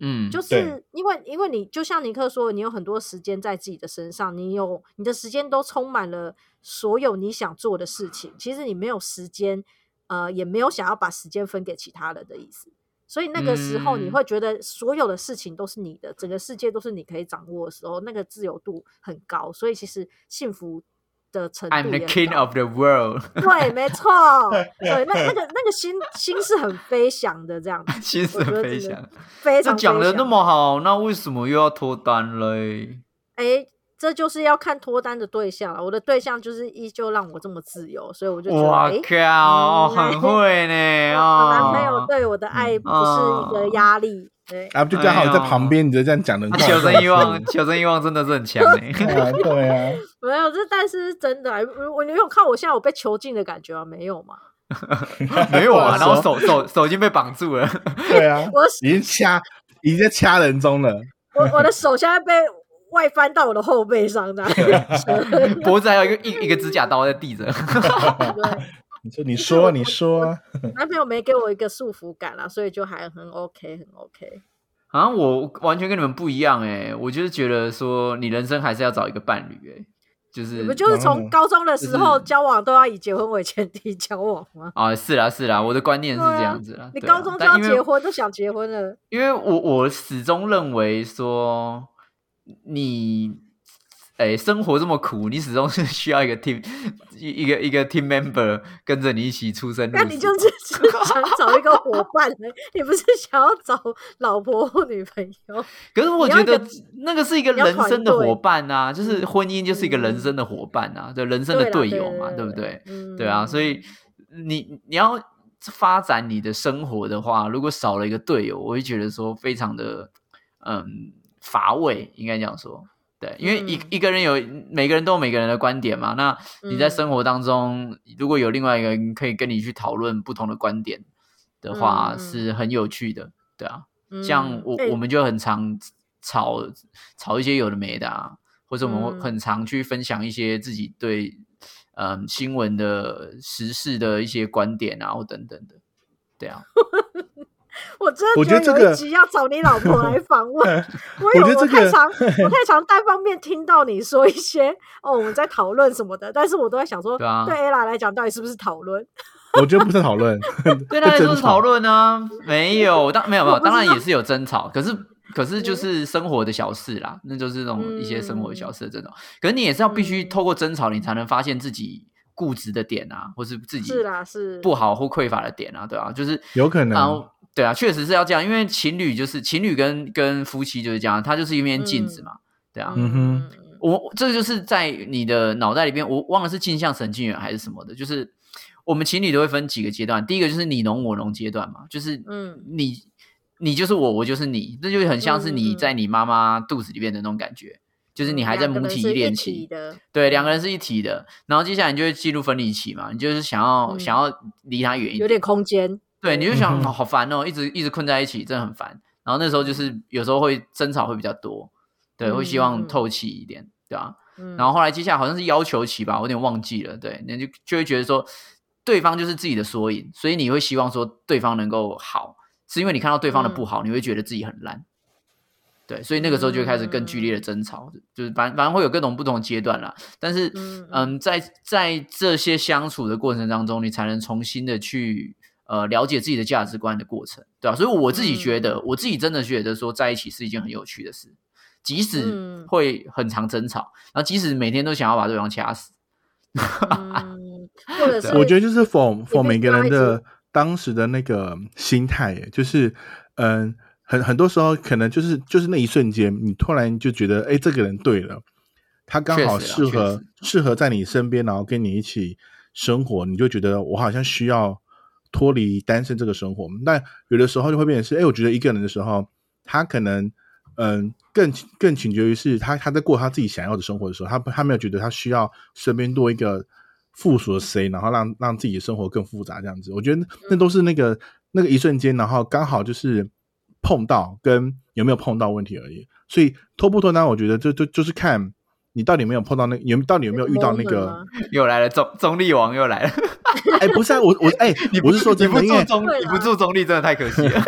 Speaker 3: 嗯，
Speaker 2: 就
Speaker 1: 对
Speaker 2: 是因为因为你就像尼克说的，你有很多时间在自己的身上，你有你的时间都充满了所有你想做的事情。其实你没有时间，呃，也没有想要把时间分给其他人的意思。所以那个时候，你
Speaker 3: 嗯
Speaker 2: 会觉得所有的事情都是你的，整个世界都是你可以掌握的时候，那个自由度很高，所以其实幸福的程度
Speaker 3: I'm
Speaker 2: 也
Speaker 3: the
Speaker 2: 很
Speaker 3: king
Speaker 2: 高
Speaker 3: of the world，
Speaker 2: 对，没错，对，那那个那个心心是很飞翔的，这样子
Speaker 3: 心
Speaker 2: 我
Speaker 3: 神
Speaker 2: 觉得
Speaker 3: 飞
Speaker 2: 这个
Speaker 3: 翔。
Speaker 2: 非
Speaker 3: 这
Speaker 2: 常
Speaker 3: 讲
Speaker 2: 飞
Speaker 3: 的那
Speaker 2: 翔
Speaker 3: 么好，那为什么又要脱单嘞？
Speaker 2: 哎，这就是要看脱单的对象了。我的对象就是依旧让我这么自由，所以我就觉得，
Speaker 3: 哇
Speaker 2: 哎，
Speaker 3: 靠，哦
Speaker 2: 嗯
Speaker 3: 很会呢
Speaker 2: 我
Speaker 3: 啊！ 嗯
Speaker 2: 我男朋友对我的爱不是一个压力，对，
Speaker 1: 啊，就刚好在旁边，你就这样讲的
Speaker 3: 啊
Speaker 1: 很
Speaker 3: 哎 求生欲望，
Speaker 1: 对
Speaker 3: 求生欲望真的是很强哎。
Speaker 1: 啊， 对啊，
Speaker 2: 没有这，但是真的啊，我我你有看我现在有被囚禁的感觉吗？没有嘛，
Speaker 3: 没有
Speaker 1: 不好
Speaker 3: 啊，然
Speaker 1: 说
Speaker 3: 后手手手已经被绑住了，
Speaker 1: 对啊，
Speaker 2: 我
Speaker 1: 已经掐，已经在掐人中了。
Speaker 2: 我我的手现在被外翻到我的后背上，这样 对
Speaker 3: 脖子还有一个一一个指甲刀在递着。
Speaker 1: 你说，你说，你说，
Speaker 2: 男朋友没给我一个束缚感啦，所以就还很 OK，很 OK。
Speaker 3: 啊，我完全跟你们不一样哎、我就是觉得说，你人生还是要找一个伴侣哎、就是
Speaker 2: 你们就是
Speaker 1: 嗯
Speaker 2: 从高中的时候
Speaker 3: 就是
Speaker 2: 交往都要以结婚为前提交往吗？
Speaker 3: 啊，是啦是啦，我的观念是
Speaker 2: 对啊
Speaker 3: 这样子啦。
Speaker 2: 你
Speaker 3: 对啊
Speaker 2: 高中就
Speaker 3: 但
Speaker 2: 要
Speaker 3: 因为
Speaker 2: 结婚，就想结婚了，
Speaker 3: 因为我我始终认为说，你哎生活这么苦，你始终是需要一个 team 一一个一个 team member 跟着你一起出生入
Speaker 2: 那
Speaker 3: 死。
Speaker 2: 你就是只想找一个伙伴了，你不是想要找老婆或女朋友？
Speaker 3: 可是我
Speaker 2: 你
Speaker 3: 觉
Speaker 2: 要
Speaker 3: 得
Speaker 2: 一个
Speaker 3: 那个是一个
Speaker 2: 你要
Speaker 3: 人
Speaker 2: 团
Speaker 3: 生的
Speaker 2: 队
Speaker 3: 伙伴啊，就是婚姻就是一个人
Speaker 2: 嗯
Speaker 3: 生的伙伴啊，对人生
Speaker 2: 对
Speaker 3: 的
Speaker 2: 啦
Speaker 3: 队
Speaker 2: 对
Speaker 3: 友嘛，
Speaker 2: 对
Speaker 3: 对不
Speaker 2: 对
Speaker 3: 对？
Speaker 2: 嗯，
Speaker 3: 对啊，所以你你要发展你的生活的话，如果少了一个队友，我会觉得说非常的嗯乏味，应该这样说。对，因为一、
Speaker 2: 嗯
Speaker 3: 一个人有每个人都有每个人的观点嘛，那你
Speaker 2: 嗯
Speaker 3: 在生活当中、如果有另外一个人可以跟你去讨论不同的观点的
Speaker 2: 嗯
Speaker 3: 话，
Speaker 2: 嗯
Speaker 3: 是很有趣的，对啊。
Speaker 2: 嗯
Speaker 3: 像我、
Speaker 2: 哎
Speaker 3: 我们就很常吵吵一些有的没的啊，或者我们
Speaker 2: 嗯
Speaker 3: 会很常去分享一些自己对嗯、新闻的时事的一些观点啊，或等等的，对啊，
Speaker 2: 我真的
Speaker 1: 我觉得
Speaker 2: 有
Speaker 1: 这个。
Speaker 2: 一集要找你老婆来访问 我以
Speaker 1: 我
Speaker 2: 为
Speaker 1: 觉得
Speaker 2: 我
Speaker 1: 这个
Speaker 2: 太常， 我太常单方面听到你说一些哦，我们在讨论什么的，但是我都在想说，
Speaker 3: 对啊
Speaker 2: A 拉来讲，到底是不是讨论？
Speaker 1: 我觉得不是讨论，
Speaker 3: 对那
Speaker 1: 争
Speaker 3: 就是
Speaker 1: 吵
Speaker 3: 讨论啊，没有，当没有没
Speaker 2: 我
Speaker 3: 有，
Speaker 2: 不知道嗯
Speaker 3: 当然也是有争吵，可是可是就是生活的小事啦，那就是那种一些生活的小事的争吵，可是你也是要必须
Speaker 2: 嗯
Speaker 3: 透过争吵，你才能发现自己固执的点啊，或是自己
Speaker 2: 是啦，是
Speaker 3: 不好或匮乏的点啊，对啊，就是
Speaker 1: 有可
Speaker 3: 然
Speaker 1: 能
Speaker 3: 后对啊，确实是要这样，因为情侣就是情侣跟跟夫妻就是这样，它就是一面镜子嘛，对啊。
Speaker 1: 嗯哼
Speaker 3: 我这个就是在你的脑袋里边，我忘了是镜像神经元还是什么的，就是我们情侣都会分几个阶段，第一个就是你侬我侬阶段嘛，就是
Speaker 2: 嗯
Speaker 3: 你你就是我，我就是你，这就很像是
Speaker 2: 嗯嗯
Speaker 3: 你
Speaker 2: 嗯
Speaker 3: 在你妈妈肚子里面的那种感觉，就是你还在
Speaker 2: 嗯两
Speaker 3: 母
Speaker 2: 个人
Speaker 3: 体
Speaker 2: 是
Speaker 3: 依恋
Speaker 2: 一
Speaker 3: 期，
Speaker 2: 体的，嗯
Speaker 3: 对，两个人是一体的，然后接下来你就会进入分离期嘛，你就是想要、
Speaker 2: 嗯
Speaker 3: 想要离他远一
Speaker 2: 有点空间。
Speaker 3: 对，你就想、
Speaker 1: 嗯哼
Speaker 3: 哦好烦哦，一直一直困在一起，真的很烦。然后那时候就是
Speaker 1: 嗯
Speaker 3: 有时候会争吵会比较多，对，会
Speaker 2: 嗯
Speaker 3: 希
Speaker 2: 嗯
Speaker 3: 望
Speaker 2: 嗯
Speaker 3: 透气一点，对啊吧、
Speaker 2: 嗯
Speaker 3: 然后后来接下来好像是要求期吧，我有点忘记了。对，那就就会觉得说对方就是自己的缩影，所以你会希望说对方能够好，是因为你看到对方的不
Speaker 2: 嗯
Speaker 3: 好，你会觉得自己很烂。对，所以那个时候就开始更剧
Speaker 2: 嗯
Speaker 3: 烈的争吵，就是反反正会有各种不同的阶段啦。但是，
Speaker 2: 嗯
Speaker 3: 嗯
Speaker 2: 嗯
Speaker 3: 在在这些相处的过程当中，你才能重新的去呃了解自己的价值观的过程，对吧、所以我自己觉
Speaker 2: 嗯
Speaker 3: 得，我自己真的觉得说在一起是一件很有趣的事，即使
Speaker 2: 嗯
Speaker 3: 会很常争吵，然后即使每天都想要把对方掐死，
Speaker 2: 嗯，或者是
Speaker 1: 我觉得就是否否
Speaker 2: 你被
Speaker 1: 每个
Speaker 2: 抓
Speaker 1: 人
Speaker 2: 一
Speaker 1: 的当时的那个心态耶，就是嗯，很很多时候可能就是就是那一瞬间，你突然就觉得，哎，这个人对了，他刚好
Speaker 3: 确
Speaker 1: 适
Speaker 3: 实啦
Speaker 1: 合
Speaker 3: 确
Speaker 1: 适合在你身边，然后跟你一起生活，你就觉得我好像需要脱离单身这个生活。但有的时候就会变成是，哎，我觉得一个人的时候，他可能嗯，更更倾决于是他他在过他自己想要的生活的时候，他不他没有觉得他需要身边多一个附属的谁，然后让让自己的生活更复杂这样子。我觉得那那都是
Speaker 3: 嗯
Speaker 1: 那个那个一瞬间，然后刚好就是碰到跟有没有碰到问题而已。所以脱不脱单，我觉得就就就是看你到底有没有碰到那有到底有没有遇到那
Speaker 2: moment
Speaker 1: 个
Speaker 2: 吗
Speaker 3: 又来了中中立王又来了，
Speaker 1: 哎，不是啊，我我哎，
Speaker 3: 你不
Speaker 1: 我是说真
Speaker 3: 你
Speaker 1: 的，
Speaker 3: 不
Speaker 1: 因
Speaker 3: 做
Speaker 1: 为
Speaker 3: 中
Speaker 2: 对啊
Speaker 3: 你
Speaker 2: 啦
Speaker 3: 不做中立真的太可惜 了。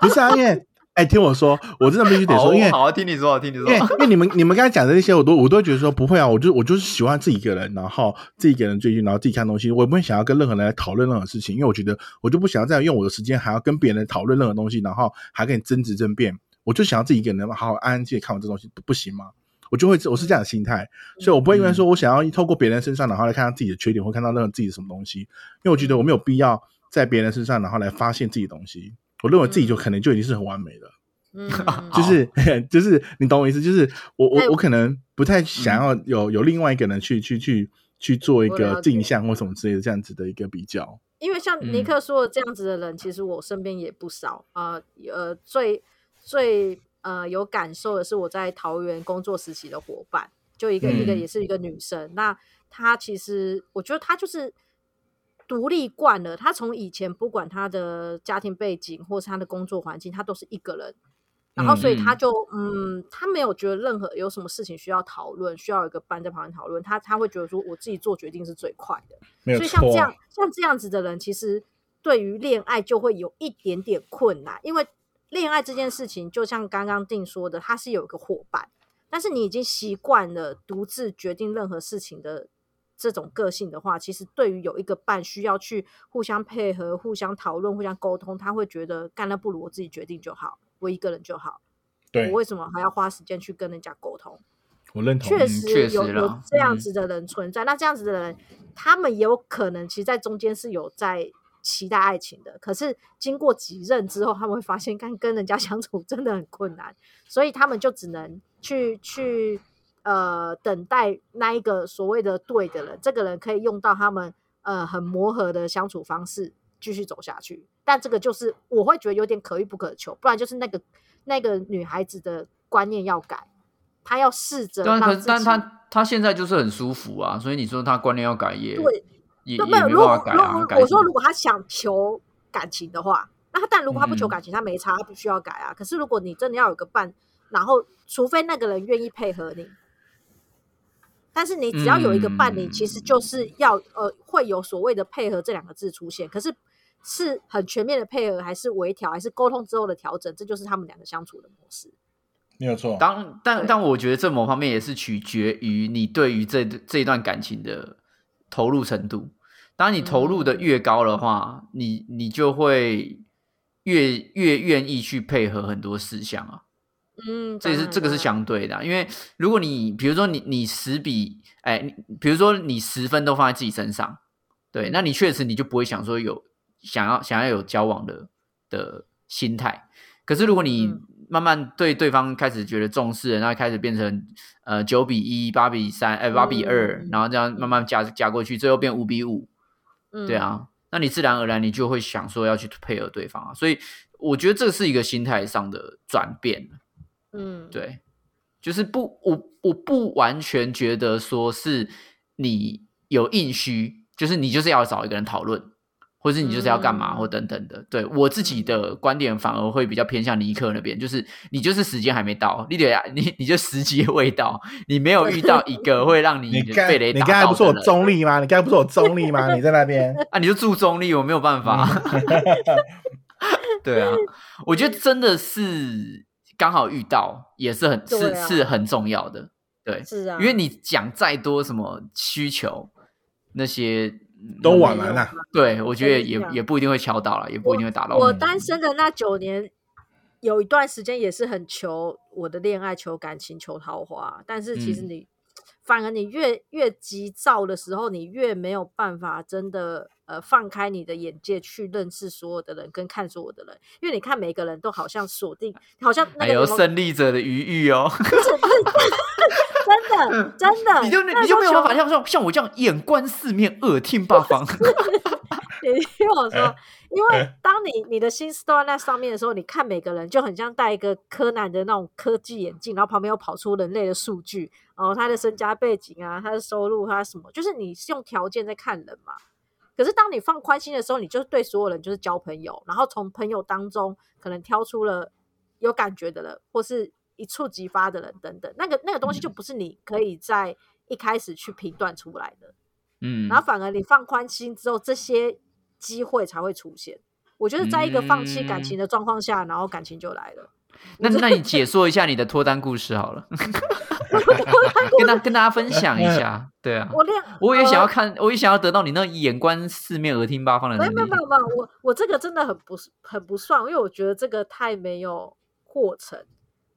Speaker 1: 不是啊，因为哎，听我说，我真的必须得
Speaker 3: 好，
Speaker 1: 说，因为
Speaker 3: 我好好啊听你说，我听你
Speaker 1: 因
Speaker 3: 说
Speaker 1: 为，因为你们你们刚才讲的那些，我都我都会觉得说不会啊，我就我就是喜欢自己一个人，然后自己一个人追剧，然后自己看东西，我也不会想要跟任何人来讨论任何事情，因为我觉得我就不想要再用我的时间还要跟别人讨论任何东西，然后还跟你争执争辩，我就想要自己一个人好好安安静静地看完这东西，不不行吗？我就会我是这样的心态，所以我不会因为说我想要透过别人身上，然后来看到自己的缺点，或看到任何自己的什么东西，因为我觉得我没有必要在别人身上，然后来发现自己的东西，我认为自己就可能就已经是很完美的。
Speaker 2: 嗯，
Speaker 1: 就
Speaker 3: 好
Speaker 1: 是就是你懂我意思，就是我
Speaker 2: 哎
Speaker 1: 我我可能不太想要有有另外一个人去去去去做一
Speaker 2: 嗯我
Speaker 1: 个
Speaker 2: 了
Speaker 1: 镜
Speaker 2: 解
Speaker 1: 像或什么之类的这样子的一个比较。
Speaker 2: 因为像
Speaker 3: 嗯
Speaker 2: 尼克说的这样子的人，其实我身边也不少啊、呃。呃，最最呃有感受的是我在桃园工作时期的伙伴，就一个、一个
Speaker 3: 嗯
Speaker 2: 也是一个女生。那她其实我觉得她就是独立惯了，她从以前不管她的家庭背景或是她的工作环境，她都是一个人。然后，所以她
Speaker 3: 嗯
Speaker 2: 就嗯，她没有觉得任何有什么事情需要讨论，需要有一个伴在旁边讨论。她她会觉得说，我自己做决定是最快的。
Speaker 1: 没有
Speaker 2: 所以像这
Speaker 1: 错
Speaker 2: 样，像这样子的人，其实对于恋爱就会有一点点困难，因为恋爱这件事情，就像刚刚定说的，它是有一个伙伴，但是你已经习惯了独自决定任何事情的这种个性的话，其实对于有一个伴需要去互相配合、互相讨论、互相沟通，他会觉得干了不如我自己决定就好，我一个人就好，
Speaker 1: 对
Speaker 2: 我，为什么还要花时间去跟人家沟通？
Speaker 1: 我认同。
Speaker 2: 确
Speaker 3: 嗯确
Speaker 2: 实
Speaker 3: 实
Speaker 2: 有、有
Speaker 3: 啦
Speaker 2: 这样
Speaker 3: 嗯
Speaker 2: 子的人存在。那这样子的人，他们也有可能其实，在中间是有在期待爱情的，可是经过几任之后，他们会发现跟跟人家相处真的很困难，所以他们就只能去去呃等待那一个所谓的对的人，这个人可以用到他们呃很磨合的相处方式继续走下去。但这个就是我会觉得有点可遇不可求，不然就是那个那个女孩子的观念要改，他要试着
Speaker 3: 但
Speaker 2: 让
Speaker 3: 啊可
Speaker 2: 自
Speaker 3: 是，
Speaker 2: 己。
Speaker 3: 但他他现在就是很舒服啊，所以你说他观念要改也
Speaker 2: 对
Speaker 3: 也也
Speaker 2: 对
Speaker 3: 没
Speaker 2: 不对？
Speaker 3: 办
Speaker 2: 如果
Speaker 3: 法
Speaker 2: 如
Speaker 3: 改啊。
Speaker 2: 果
Speaker 3: 改
Speaker 2: 我
Speaker 3: 什
Speaker 2: 说如
Speaker 3: 么？
Speaker 2: 果他想求感情的话，那他但如果他不求
Speaker 3: 嗯
Speaker 2: 感情，他没差，他不需要改啊。可是如果你真的要有个伴，然后除非那个人愿意配合你，但是你只要有一个伴侣，
Speaker 3: 嗯
Speaker 2: 其实就是要呃会有所谓的配合这两个字出现。可是是很全面的配合，还是微调，还是沟通之后的调整，这就是他们两个相处的模式。
Speaker 1: 没有错。
Speaker 3: 当但
Speaker 2: 对
Speaker 3: 但我觉得这某方面也是取决于你对于这这一段感情的投入程度。当你投入的
Speaker 2: 嗯
Speaker 3: 越高的话，你你就会越越愿意去配合很多事项啊。
Speaker 2: 嗯，
Speaker 3: 这也是这个是
Speaker 2: 想
Speaker 3: 相对的啊、因为如果你比如说你你十比哎，你比如说你十分都放在自己身上，对，那你确实你就不会想说有想要想要有交往的的心态。可是如果你
Speaker 2: 嗯
Speaker 3: 慢慢对对方开始觉得重视了，然后开始变成呃九比一、八比三、哎八比二
Speaker 2: 嗯，
Speaker 3: 然后这样慢慢加加过去，最后变五比五，
Speaker 2: 嗯
Speaker 3: 对，啊，那你自然而然你就会想说要去配合对方啊。所以我觉得这是一个心态上的转变。啊
Speaker 2: 嗯，
Speaker 3: 对，就是不，我我不完全觉得说是你有硬需，就是你就是要找一个人讨论，或是你就是要干嘛、
Speaker 2: 嗯
Speaker 3: 或等等的。对我自己的观点反而会比较偏向尼克那边，就是你就是时间还没到，你得你你就时机未到，你没有遇到一个会让 你
Speaker 1: 你刚
Speaker 3: 被雷
Speaker 1: 你
Speaker 3: 打
Speaker 1: 刚才
Speaker 3: 到
Speaker 1: 不是我
Speaker 3: 的人。
Speaker 1: 中立吗？你刚才不是我中立吗？你在那 边，
Speaker 3: 啊，你就注中立，我没有办法。
Speaker 1: 嗯
Speaker 3: 对啊，我觉得真的是刚好遇到，也是很是、
Speaker 2: 对啊
Speaker 3: 是很重要的。对，
Speaker 2: 是啊，
Speaker 3: 因为你讲再多什么需求那些嗯
Speaker 1: 都晚完了。
Speaker 3: 对，我觉得也
Speaker 2: 真的是这样
Speaker 3: 也不一定会敲到了，也不一定会打到
Speaker 2: 我
Speaker 3: 你
Speaker 2: 单身的那九年，有一段时间也是很求我的恋爱、求感情、求桃花，但是其实
Speaker 3: 嗯
Speaker 2: 你、反而你越越急躁的时候，你越没有办法真的呃放开你的眼界去认识所有的人跟看所有的人，因为你看每个人都好像锁定，好像那
Speaker 3: 还
Speaker 2: 个
Speaker 3: 有
Speaker 2: 有没有
Speaker 3: 哎胜利者的余 欲哦，
Speaker 2: 真的真的，
Speaker 3: 嗯你就
Speaker 2: 嗯那
Speaker 3: 你就没有
Speaker 2: 时候
Speaker 3: 办法像像像我这样眼观四面，耳听 八方。
Speaker 2: 你听我说，因为当你你的心思都在那上面的时候，你看每个人就很像戴一个柯南的那种科技眼镜，然后旁边又跑出人类的数据，然后他的身家背景啊，他的收入，他什么，就是你是用条件在看人嘛。可是当你放宽心的时候，你就对所有人就是交朋友，然后从朋友当中可能挑出了有感觉的人，或是一触即发的人等等，那个那个东西就不是你可以在一开始去评断出来的。
Speaker 3: 嗯
Speaker 2: 然，后反而你放宽心之后，这些机会才会出现。我觉得在一个放弃
Speaker 3: 嗯
Speaker 2: 感情的状况下，然后感情就来 了。
Speaker 3: 那那你解说一下你的脱单故事好了，跟大跟大家分享一下。对啊，
Speaker 2: 我恋，
Speaker 3: 我也想要
Speaker 2: 呃
Speaker 3: 看，我也想要得到你那眼观四面、耳听八方的
Speaker 2: 没
Speaker 3: 能
Speaker 2: 有没有
Speaker 3: 力
Speaker 2: 没。有没有，我我这个真的很不是很不算，因为我觉得这个太没有过程。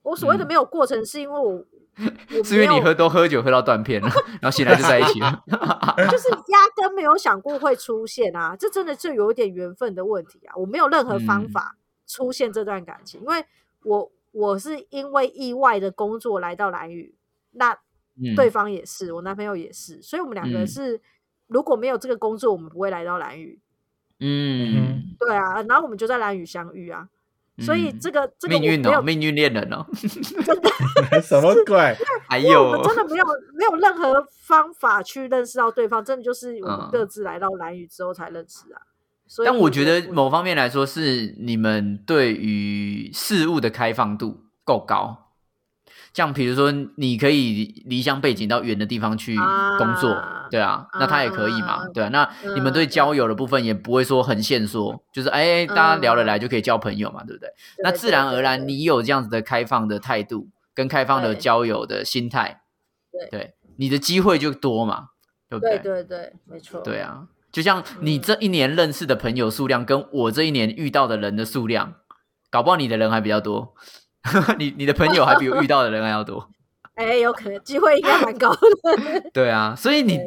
Speaker 2: 我所谓的
Speaker 3: 嗯
Speaker 2: 没有过程，是因为我、我
Speaker 3: 是
Speaker 2: 没
Speaker 3: 因为
Speaker 2: 有
Speaker 3: 你喝多喝酒喝到断 片了，然后醒来就在一起了。
Speaker 2: 就是压根没有想过会出现啊，这真的就有一点缘分的问题啊。我没有任何方
Speaker 3: 嗯
Speaker 2: 法出现这段感情，因为我我是因为意外的工作来到蓝屿，那
Speaker 3: 嗯，
Speaker 2: 对方也是，我男朋友也是，所以我们两个
Speaker 3: 嗯
Speaker 2: 是、如果没有这个工作，我们不会来到蓝屿。
Speaker 3: 嗯，
Speaker 2: 对啊，然后我们就在蓝屿相遇啊，所以
Speaker 3: 嗯
Speaker 2: 这个、这个
Speaker 3: 命
Speaker 2: 我
Speaker 3: 运
Speaker 2: 没有
Speaker 3: 哦，命运恋人哦，
Speaker 1: 什么鬼？
Speaker 3: 还
Speaker 2: 因为我
Speaker 3: 有
Speaker 2: 们真的没有没有任何方法去认识到对方，真的就是我们
Speaker 3: 嗯
Speaker 2: 各自来到蓝屿之后才认识啊。所以，
Speaker 3: 但我觉得某方面来说，是你们对于事物的开放度够高。像比如说，你可以离乡背景到远的地方去工作，
Speaker 2: 啊
Speaker 3: 对啊，那他也可以嘛，
Speaker 2: 啊
Speaker 3: 对啊。那你们对
Speaker 2: 嗯
Speaker 3: 交友的部分也不会说很限缩，就是哎，大家聊得来就可以交朋友嘛，对不对？
Speaker 2: 嗯对
Speaker 3: 那
Speaker 2: 对
Speaker 3: 自然而
Speaker 2: 对
Speaker 3: 然，你有这样子的开放的态度跟开放的
Speaker 2: 对
Speaker 3: 交友的心态，
Speaker 2: 对
Speaker 3: 你的机会就多嘛，对不
Speaker 2: 对对对，没错，
Speaker 3: 对啊，就像你这一年认识的朋友数量，跟我这一年遇到的人的数量，搞不好你的人还比较多， 你你的朋友还比我遇到的人还要多。
Speaker 2: 哎，有可能机会应该蛮高 的。
Speaker 3: 对啊，所以你
Speaker 2: 对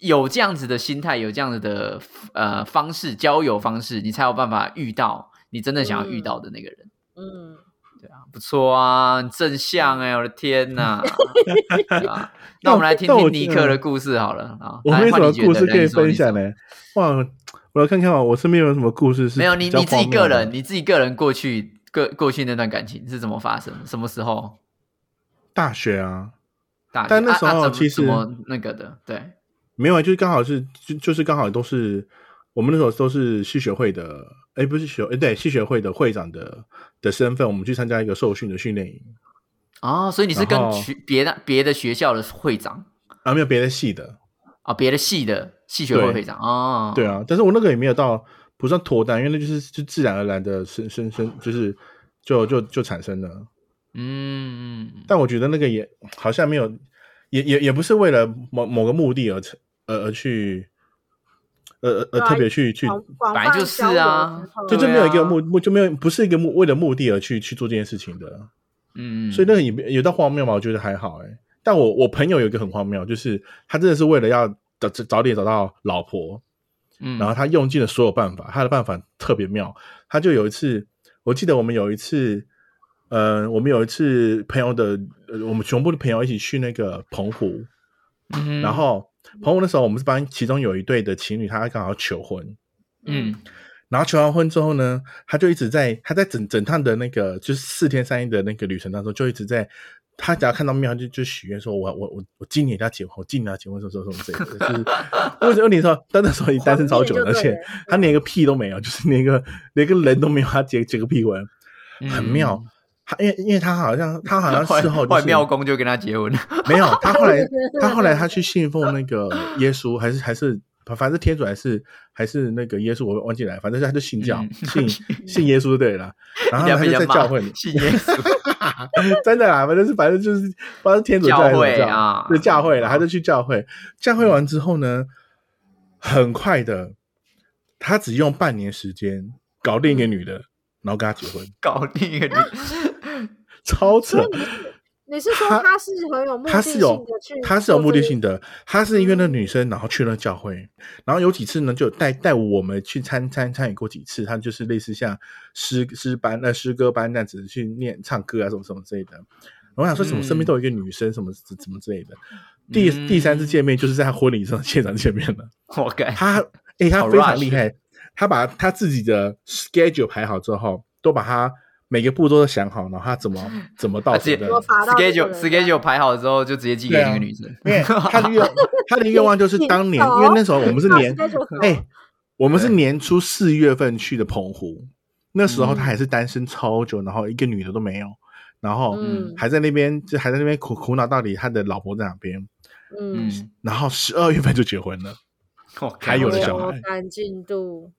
Speaker 3: 有这样子的心态，有这样子的呃方式交友方式，你才有办法遇到你真正想要遇到的那个人。
Speaker 2: 嗯，
Speaker 3: 对啊，不错啊，很正向哎、我的 天哪！对啊那我们来听
Speaker 1: 但我
Speaker 3: 听尼克的
Speaker 1: 嗯
Speaker 3: 故事好了啊。
Speaker 1: 我
Speaker 3: 来
Speaker 1: 没什
Speaker 3: 换你
Speaker 1: 么
Speaker 3: 觉
Speaker 1: 故
Speaker 3: 得
Speaker 1: 事可以
Speaker 3: 你说
Speaker 1: 分
Speaker 3: 你
Speaker 1: 享
Speaker 3: 说
Speaker 1: 呢、哇，我来看看哦，我身边有什么故事是
Speaker 3: 没有你
Speaker 1: 比较
Speaker 3: 你自己
Speaker 1: 荒谬
Speaker 3: 个
Speaker 1: 的
Speaker 3: 人，你自己个人过去个过去那段感情是怎么发生？什么时候？
Speaker 1: 大学啊，
Speaker 3: 大学
Speaker 1: 但那时
Speaker 3: 啊啊
Speaker 1: 候
Speaker 3: 怎么
Speaker 1: 其实
Speaker 3: 怎么那个的，对，
Speaker 1: 没有啊，就是刚好是就就是刚好都是我们那时候都是系学会的，哎，不是系学，哎对，系学会的会长的的身份，我们去参加一个受训的训练营
Speaker 3: 哦，所以你是跟
Speaker 1: 然后
Speaker 3: 学别的别的学校的会长
Speaker 1: 啊，没有别的系的，
Speaker 3: 啊，别的系的系学会
Speaker 1: 对
Speaker 3: 会长哦，
Speaker 1: 对啊，但是我那个也没有到不算脱单，因为那就是就自然而然的生生生就是就就就产生了，
Speaker 3: 嗯，嗯，嗯
Speaker 1: 但我觉得那个也好像没有，也也也不是为了某某个目的而成而而去，呃呃呃
Speaker 2: 对啊
Speaker 1: 特别去 去
Speaker 2: 广广
Speaker 3: 本来
Speaker 2: 泛
Speaker 3: 就是
Speaker 2: 交流
Speaker 3: 啊
Speaker 2: 之后
Speaker 1: 就
Speaker 3: 对
Speaker 1: 就没有一个
Speaker 3: 啊
Speaker 1: 目目就没有不是一个目为了目的而去去做这件事情的，
Speaker 3: 嗯，
Speaker 1: 所以那个也没有到荒谬嘛，我觉得还好哎、但我我朋友有一个很荒谬，就是他真的是为了要早早点找到老婆，
Speaker 3: 嗯，
Speaker 1: 然后他用尽了所有办法，他的办法特别妙。他就有一次，我记得我们有一次，呃，我们有一次朋友的，呃、我们全部的朋友一起去那个澎湖，
Speaker 3: 嗯
Speaker 1: 然后澎湖那时候我们是帮其中有一对的情侣，他刚好求婚，
Speaker 3: 嗯
Speaker 1: 然后求完婚之后呢，他就一直在他在整整趟的那个就是四天三夜的那个旅程当中，就一直在他只要看到庙就就许愿说我，我我我今年要结婚，我今年要结婚，什么什么 什么之类的。就是为什么你说，但那时候你单身超久了，而
Speaker 2: 狂念就对
Speaker 1: 且
Speaker 2: 了
Speaker 1: 他连个屁都没有，就是连个连个人都没有，他结结个屁婚，
Speaker 3: 嗯
Speaker 1: 很 妙。他因为因为他好像他好像
Speaker 3: 换
Speaker 1: 事后就
Speaker 3: 换
Speaker 1: 是
Speaker 3: 庙公就跟他结婚，
Speaker 1: 没有，他后来他后来他去信奉那个耶稣，还是还是反正天主还是还是那个耶稣，我忘记了，反正他就信教，
Speaker 3: 嗯
Speaker 1: 信信耶稣就对了啦。然后
Speaker 3: 人
Speaker 1: 啊
Speaker 3: 家
Speaker 1: 他
Speaker 3: 被
Speaker 1: 就
Speaker 3: 人
Speaker 1: 在
Speaker 3: 家
Speaker 1: 教
Speaker 3: 骂
Speaker 1: 会里，
Speaker 3: 信耶稣，
Speaker 1: 真的啦，反正是反正就是反正天主教还是什么
Speaker 3: 教
Speaker 1: 教
Speaker 3: 会啊嗯
Speaker 1: 对教会啦，他就去教会，教会完之后呢，很快的，他只用半年时间搞定一个女的，然后跟他结婚，
Speaker 3: 搞定一个女，
Speaker 1: 超扯。
Speaker 2: 你是说
Speaker 1: 他
Speaker 2: 他是很有目
Speaker 1: 他
Speaker 2: 的
Speaker 1: 是
Speaker 2: 性
Speaker 1: 有
Speaker 2: 的去，
Speaker 1: 他是有目的性
Speaker 2: 的，
Speaker 1: 的，他是因为那
Speaker 3: 嗯
Speaker 1: 女生，然后去了教会，然后有几次呢，就有带带我们去参参参与过几次，他就是类似像诗诗班、呃诗歌班那样子去念唱歌啊什么什么之类的。然后我想说，什么身边都有一个女生，什么什么之类的。第
Speaker 3: 嗯
Speaker 1: 第三次见面就是在他婚礼上现场见面了。
Speaker 3: 活该，
Speaker 1: 他诶，他
Speaker 3: 好
Speaker 1: 非常
Speaker 3: rush 啊
Speaker 1: 厉害，他把他自己的 schedule 排好之后，都把他每个步骤都想好，然后他怎么怎么到
Speaker 3: 而且
Speaker 1: 手的。
Speaker 2: 我罚到这个
Speaker 3: schedule
Speaker 2: 人啊
Speaker 3: schedule 排好之后就直接寄给
Speaker 1: 对啊
Speaker 3: 那个女生，
Speaker 1: 因 为他的愿他的愿望就是当年，因为那时候我们是年
Speaker 2: 那时候
Speaker 1: 哎、我们是年初四月份去的澎湖，那时
Speaker 3: 嗯
Speaker 1: 候他还是单身超久，然后一个女的都没有，然后
Speaker 2: 嗯
Speaker 1: 还在那边就还在那边苦苦恼到底他的老婆在哪边，
Speaker 2: 嗯，
Speaker 3: 嗯，
Speaker 1: 然后十二月份就结婚了，
Speaker 3: 我
Speaker 1: 还有了
Speaker 2: 对
Speaker 1: 小
Speaker 2: 我
Speaker 1: 孩
Speaker 2: 赶进度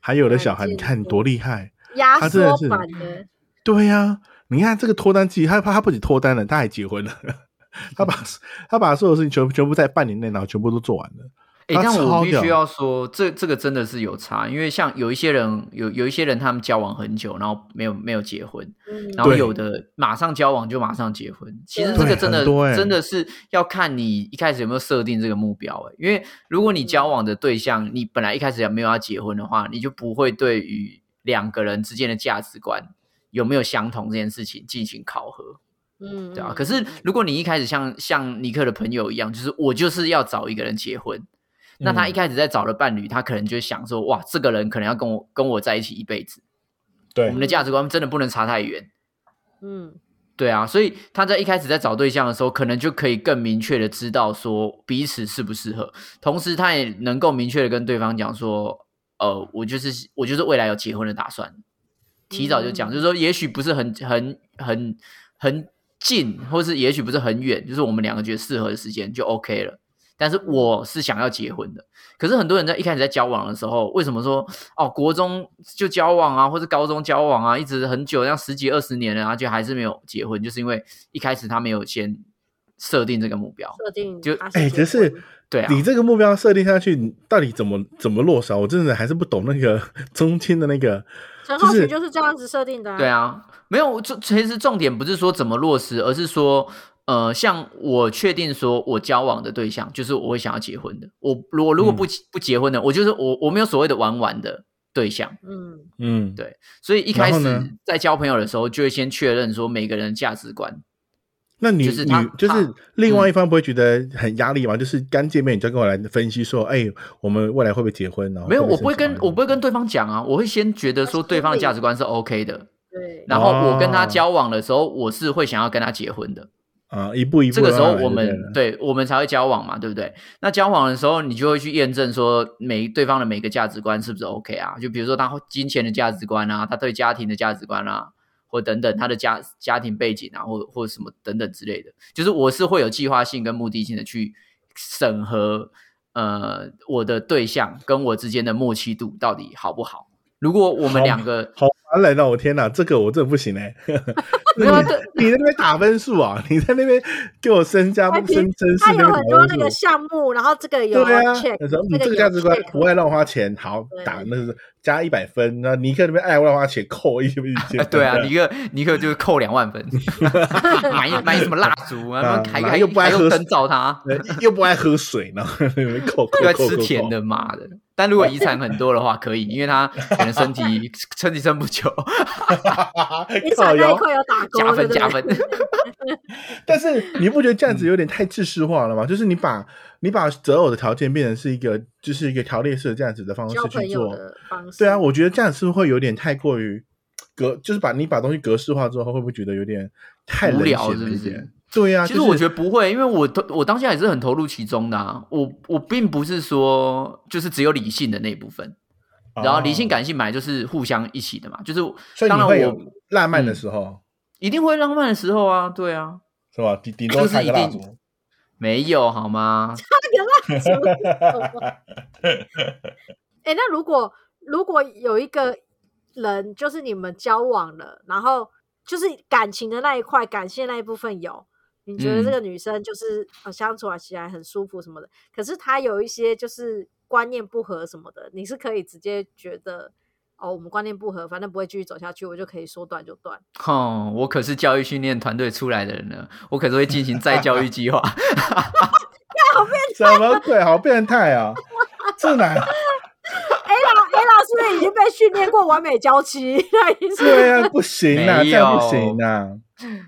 Speaker 1: 还有了小孩，
Speaker 2: 了解
Speaker 1: 你看你多厉害，
Speaker 2: 压
Speaker 1: 他真的
Speaker 2: 缩
Speaker 1: 是
Speaker 2: 版的，
Speaker 1: 对呀、你看这个脱单季，他他他不仅脱单了，他还结婚 了。他把他把所有事情全部全部在半年内，然后全部都做完了。
Speaker 3: 哎、
Speaker 1: 他
Speaker 3: 但我
Speaker 1: 超
Speaker 3: 必
Speaker 1: 屌
Speaker 3: 须要说，这这个真的是有差，因为像有一些人，有有一些人他们交往很久，然后没有没有结婚，
Speaker 2: 嗯，
Speaker 3: 然后
Speaker 1: 对
Speaker 3: 有的马上交往就马上结婚。其实这
Speaker 1: 对
Speaker 3: 个真的
Speaker 1: 很多欸
Speaker 3: 真的是要看你一开始有没有设定这个目标、欸，因为如果你交往的对象你本来一开始也没有要结婚的话，你就不会对于两个人之间的价值观有没有相同这件事情进行考核。
Speaker 2: 嗯，
Speaker 3: 对啊。
Speaker 2: 嗯
Speaker 3: 可是如果你一开始像像尼克的朋友一样，就是我就是要找一个人结婚，那
Speaker 2: 嗯
Speaker 3: 他一开始在找的伴侣，他可能就想说，哇，这个人可能要跟我跟我在一起一辈子，
Speaker 1: 对
Speaker 3: 我们的价值观真的不能差太远。
Speaker 2: 嗯
Speaker 3: 对啊，所以他在一开始在找对象的时候，可能就可以更明确的知道说彼此适不适合，同时他也能够明确的跟对方讲说，呃，我就是我就是未来有结婚的打算，提早就讲，
Speaker 2: 嗯
Speaker 3: 就是说也许不是很很很很近，或是也许不是很远，就是我们两个觉得适合的时间就 OK 了。但是我是想要结婚的，可是很多人在一开始在交往的时候，为什么说哦，国中就交往啊，或者高中交往啊，一直很久，像十几二十年了，然后就还是没有结婚，就是因为一开始他没有先设定这个目标。
Speaker 2: 设定
Speaker 3: 就
Speaker 2: 他
Speaker 1: 哎、
Speaker 2: 结
Speaker 1: 可是
Speaker 2: 婚
Speaker 3: 对啊，
Speaker 1: 你这个目标设定下去，你到底怎么怎么落实啊？我真的还是不懂那个 中间的那个，
Speaker 2: 陈
Speaker 1: 就
Speaker 2: 浩
Speaker 1: 是
Speaker 2: 群就是这样子设定的，
Speaker 3: 对，啊，没有，就其实重点不是说怎么落实，而是说，呃，像我确定说我交往的对象就是我会想要结婚的，我我如果
Speaker 1: 嗯
Speaker 3: 不、不结婚的，我就是我我没有所谓的玩玩的对象。
Speaker 2: 嗯
Speaker 1: 嗯，
Speaker 3: 对所以一开
Speaker 1: 然后呢
Speaker 3: 始在交朋友的时候，就会先确认说每个人的价值观。
Speaker 1: 那你
Speaker 3: 就是
Speaker 1: 你
Speaker 3: 他
Speaker 1: 就是
Speaker 3: 他嗯
Speaker 1: 另外一方不会觉得很压力吗？就是刚见面你就跟我来分析说，哎、我们未来会不会结婚？然后
Speaker 3: 没有，
Speaker 1: 会
Speaker 3: 我
Speaker 1: 不
Speaker 3: 不会
Speaker 1: 生小
Speaker 3: 跟
Speaker 1: 孩
Speaker 3: 我不会跟对方讲啊，我会先觉得说对方的价值观是 OK 的，
Speaker 2: 对，
Speaker 3: 然后我跟他
Speaker 1: 哦
Speaker 3: 交往的时候，我是会想要跟他结婚的。
Speaker 1: 啊，一步一步
Speaker 3: 这个时候
Speaker 1: 慢慢来
Speaker 3: 我
Speaker 1: 就对
Speaker 3: 们
Speaker 1: 了
Speaker 3: 对我们才会交往嘛，对不对？那交往的时候，你就会去验证说每对方的每个价值观是不是 OK 啊？就比如说他金钱的价值观啊，他对家庭的价值观啊，或等等他的家家庭背景啊，或或什么等等之类的。就是我是会有计划性跟目的性的去审核，呃，我的对象跟我之间的默契度到底好不好？如果我们
Speaker 1: 好
Speaker 3: 两个
Speaker 1: 好烦人哦！我天哪，这个我真的不行哎、欸。
Speaker 3: 没有啊这
Speaker 1: 你你在那边打分数啊？你在那边给我身家
Speaker 2: 还
Speaker 1: 升
Speaker 2: 评
Speaker 1: 身世
Speaker 2: 它
Speaker 1: 那边
Speaker 2: 有
Speaker 1: 打
Speaker 2: 很多那
Speaker 1: 分
Speaker 2: 个
Speaker 1: 数。
Speaker 2: 项目，然后这个有
Speaker 1: 对啊，
Speaker 2: check，
Speaker 1: 有时候
Speaker 2: 这
Speaker 1: 嗯，这
Speaker 2: 个
Speaker 1: 个
Speaker 2: 有
Speaker 1: 价值观
Speaker 2: check 哦
Speaker 1: 不爱乱花钱，好
Speaker 2: 对
Speaker 1: 打那是加一百分。那尼克那边爱乱花钱，扣一一千
Speaker 3: 哎
Speaker 1: 分。
Speaker 3: 对啊，尼克尼克就是扣两万分，买买什么蜡烛啊，
Speaker 1: 啊
Speaker 3: 还
Speaker 1: 哪
Speaker 3: 还
Speaker 1: 又不爱
Speaker 3: 还用
Speaker 1: 喝
Speaker 3: 灯照 他，
Speaker 1: 对又不爱喝水呢，然后那边 扣扣
Speaker 3: 又在
Speaker 1: 扣扣
Speaker 3: 吃甜
Speaker 1: 扣
Speaker 3: 的，妈的！但如果遗产很多的话，可以，因为他可能身体身体撑不久，
Speaker 2: 你
Speaker 1: 靠
Speaker 2: 想那一
Speaker 1: 腰。
Speaker 2: 块有打勾，
Speaker 3: 加
Speaker 2: 对
Speaker 3: 分
Speaker 2: 不
Speaker 3: 加
Speaker 2: 对？
Speaker 3: 分。
Speaker 1: 但是你不觉得这样
Speaker 3: 嗯
Speaker 1: 子有点太制式化了吗？就是你把你把择偶的条件变成是一个，就是一个条列式的这样子的方式
Speaker 2: 交
Speaker 1: 去
Speaker 2: 朋友
Speaker 1: 做。
Speaker 2: 的方式。
Speaker 1: 对啊，我觉得这样是不是会有点太过于格，就是把你把东西格式化之后，会不会觉得有点太
Speaker 3: 无
Speaker 1: 冷
Speaker 3: 聊
Speaker 1: 血
Speaker 3: 是
Speaker 1: 了
Speaker 3: 不
Speaker 1: 一
Speaker 3: 是
Speaker 1: 点？对啊，
Speaker 3: 其
Speaker 1: 就
Speaker 3: 实
Speaker 1: 是
Speaker 3: 我觉得不会，因为我都我当下也是很投入其中的啊。我我并不是说就是只有理性的那一部分，然后理性，
Speaker 1: 哦
Speaker 3: 感性本来就是互相一起的嘛，就是
Speaker 1: 所以
Speaker 3: 当
Speaker 1: 你
Speaker 3: 然
Speaker 1: 会
Speaker 3: 我
Speaker 1: 有浪漫的
Speaker 3: 嗯
Speaker 1: 时候
Speaker 3: 一定会浪漫的时候啊，对啊，
Speaker 1: 是吧？顶顶
Speaker 3: 就
Speaker 1: 多
Speaker 3: 是
Speaker 1: 插个
Speaker 3: 一
Speaker 1: 蜡
Speaker 3: 定
Speaker 1: 烛，
Speaker 3: 没有好吗？
Speaker 2: 哎、那如果如果有一个人，就是你们交往了，然后就是感情的那一块，感性的那一部分有，你觉得这
Speaker 3: 嗯
Speaker 2: 个女生就是、呃相处起来很舒服什么的，可是她有一些就是观念不合什么的，你是可以直接觉得哦，我们观念不合，反正不会继续走下去，我就可以说断就断。
Speaker 3: 哼、我可是教育训练团队出来的人呢，我可是会进行再教育 计划。
Speaker 1: 什么鬼？好变态啊！这哪？
Speaker 2: A 老 A 老是不是已经被训练过完美娇妻？ 那已经是
Speaker 1: 对啊，不行啊，
Speaker 3: 没
Speaker 1: 这样不
Speaker 3: 有
Speaker 1: 行啊！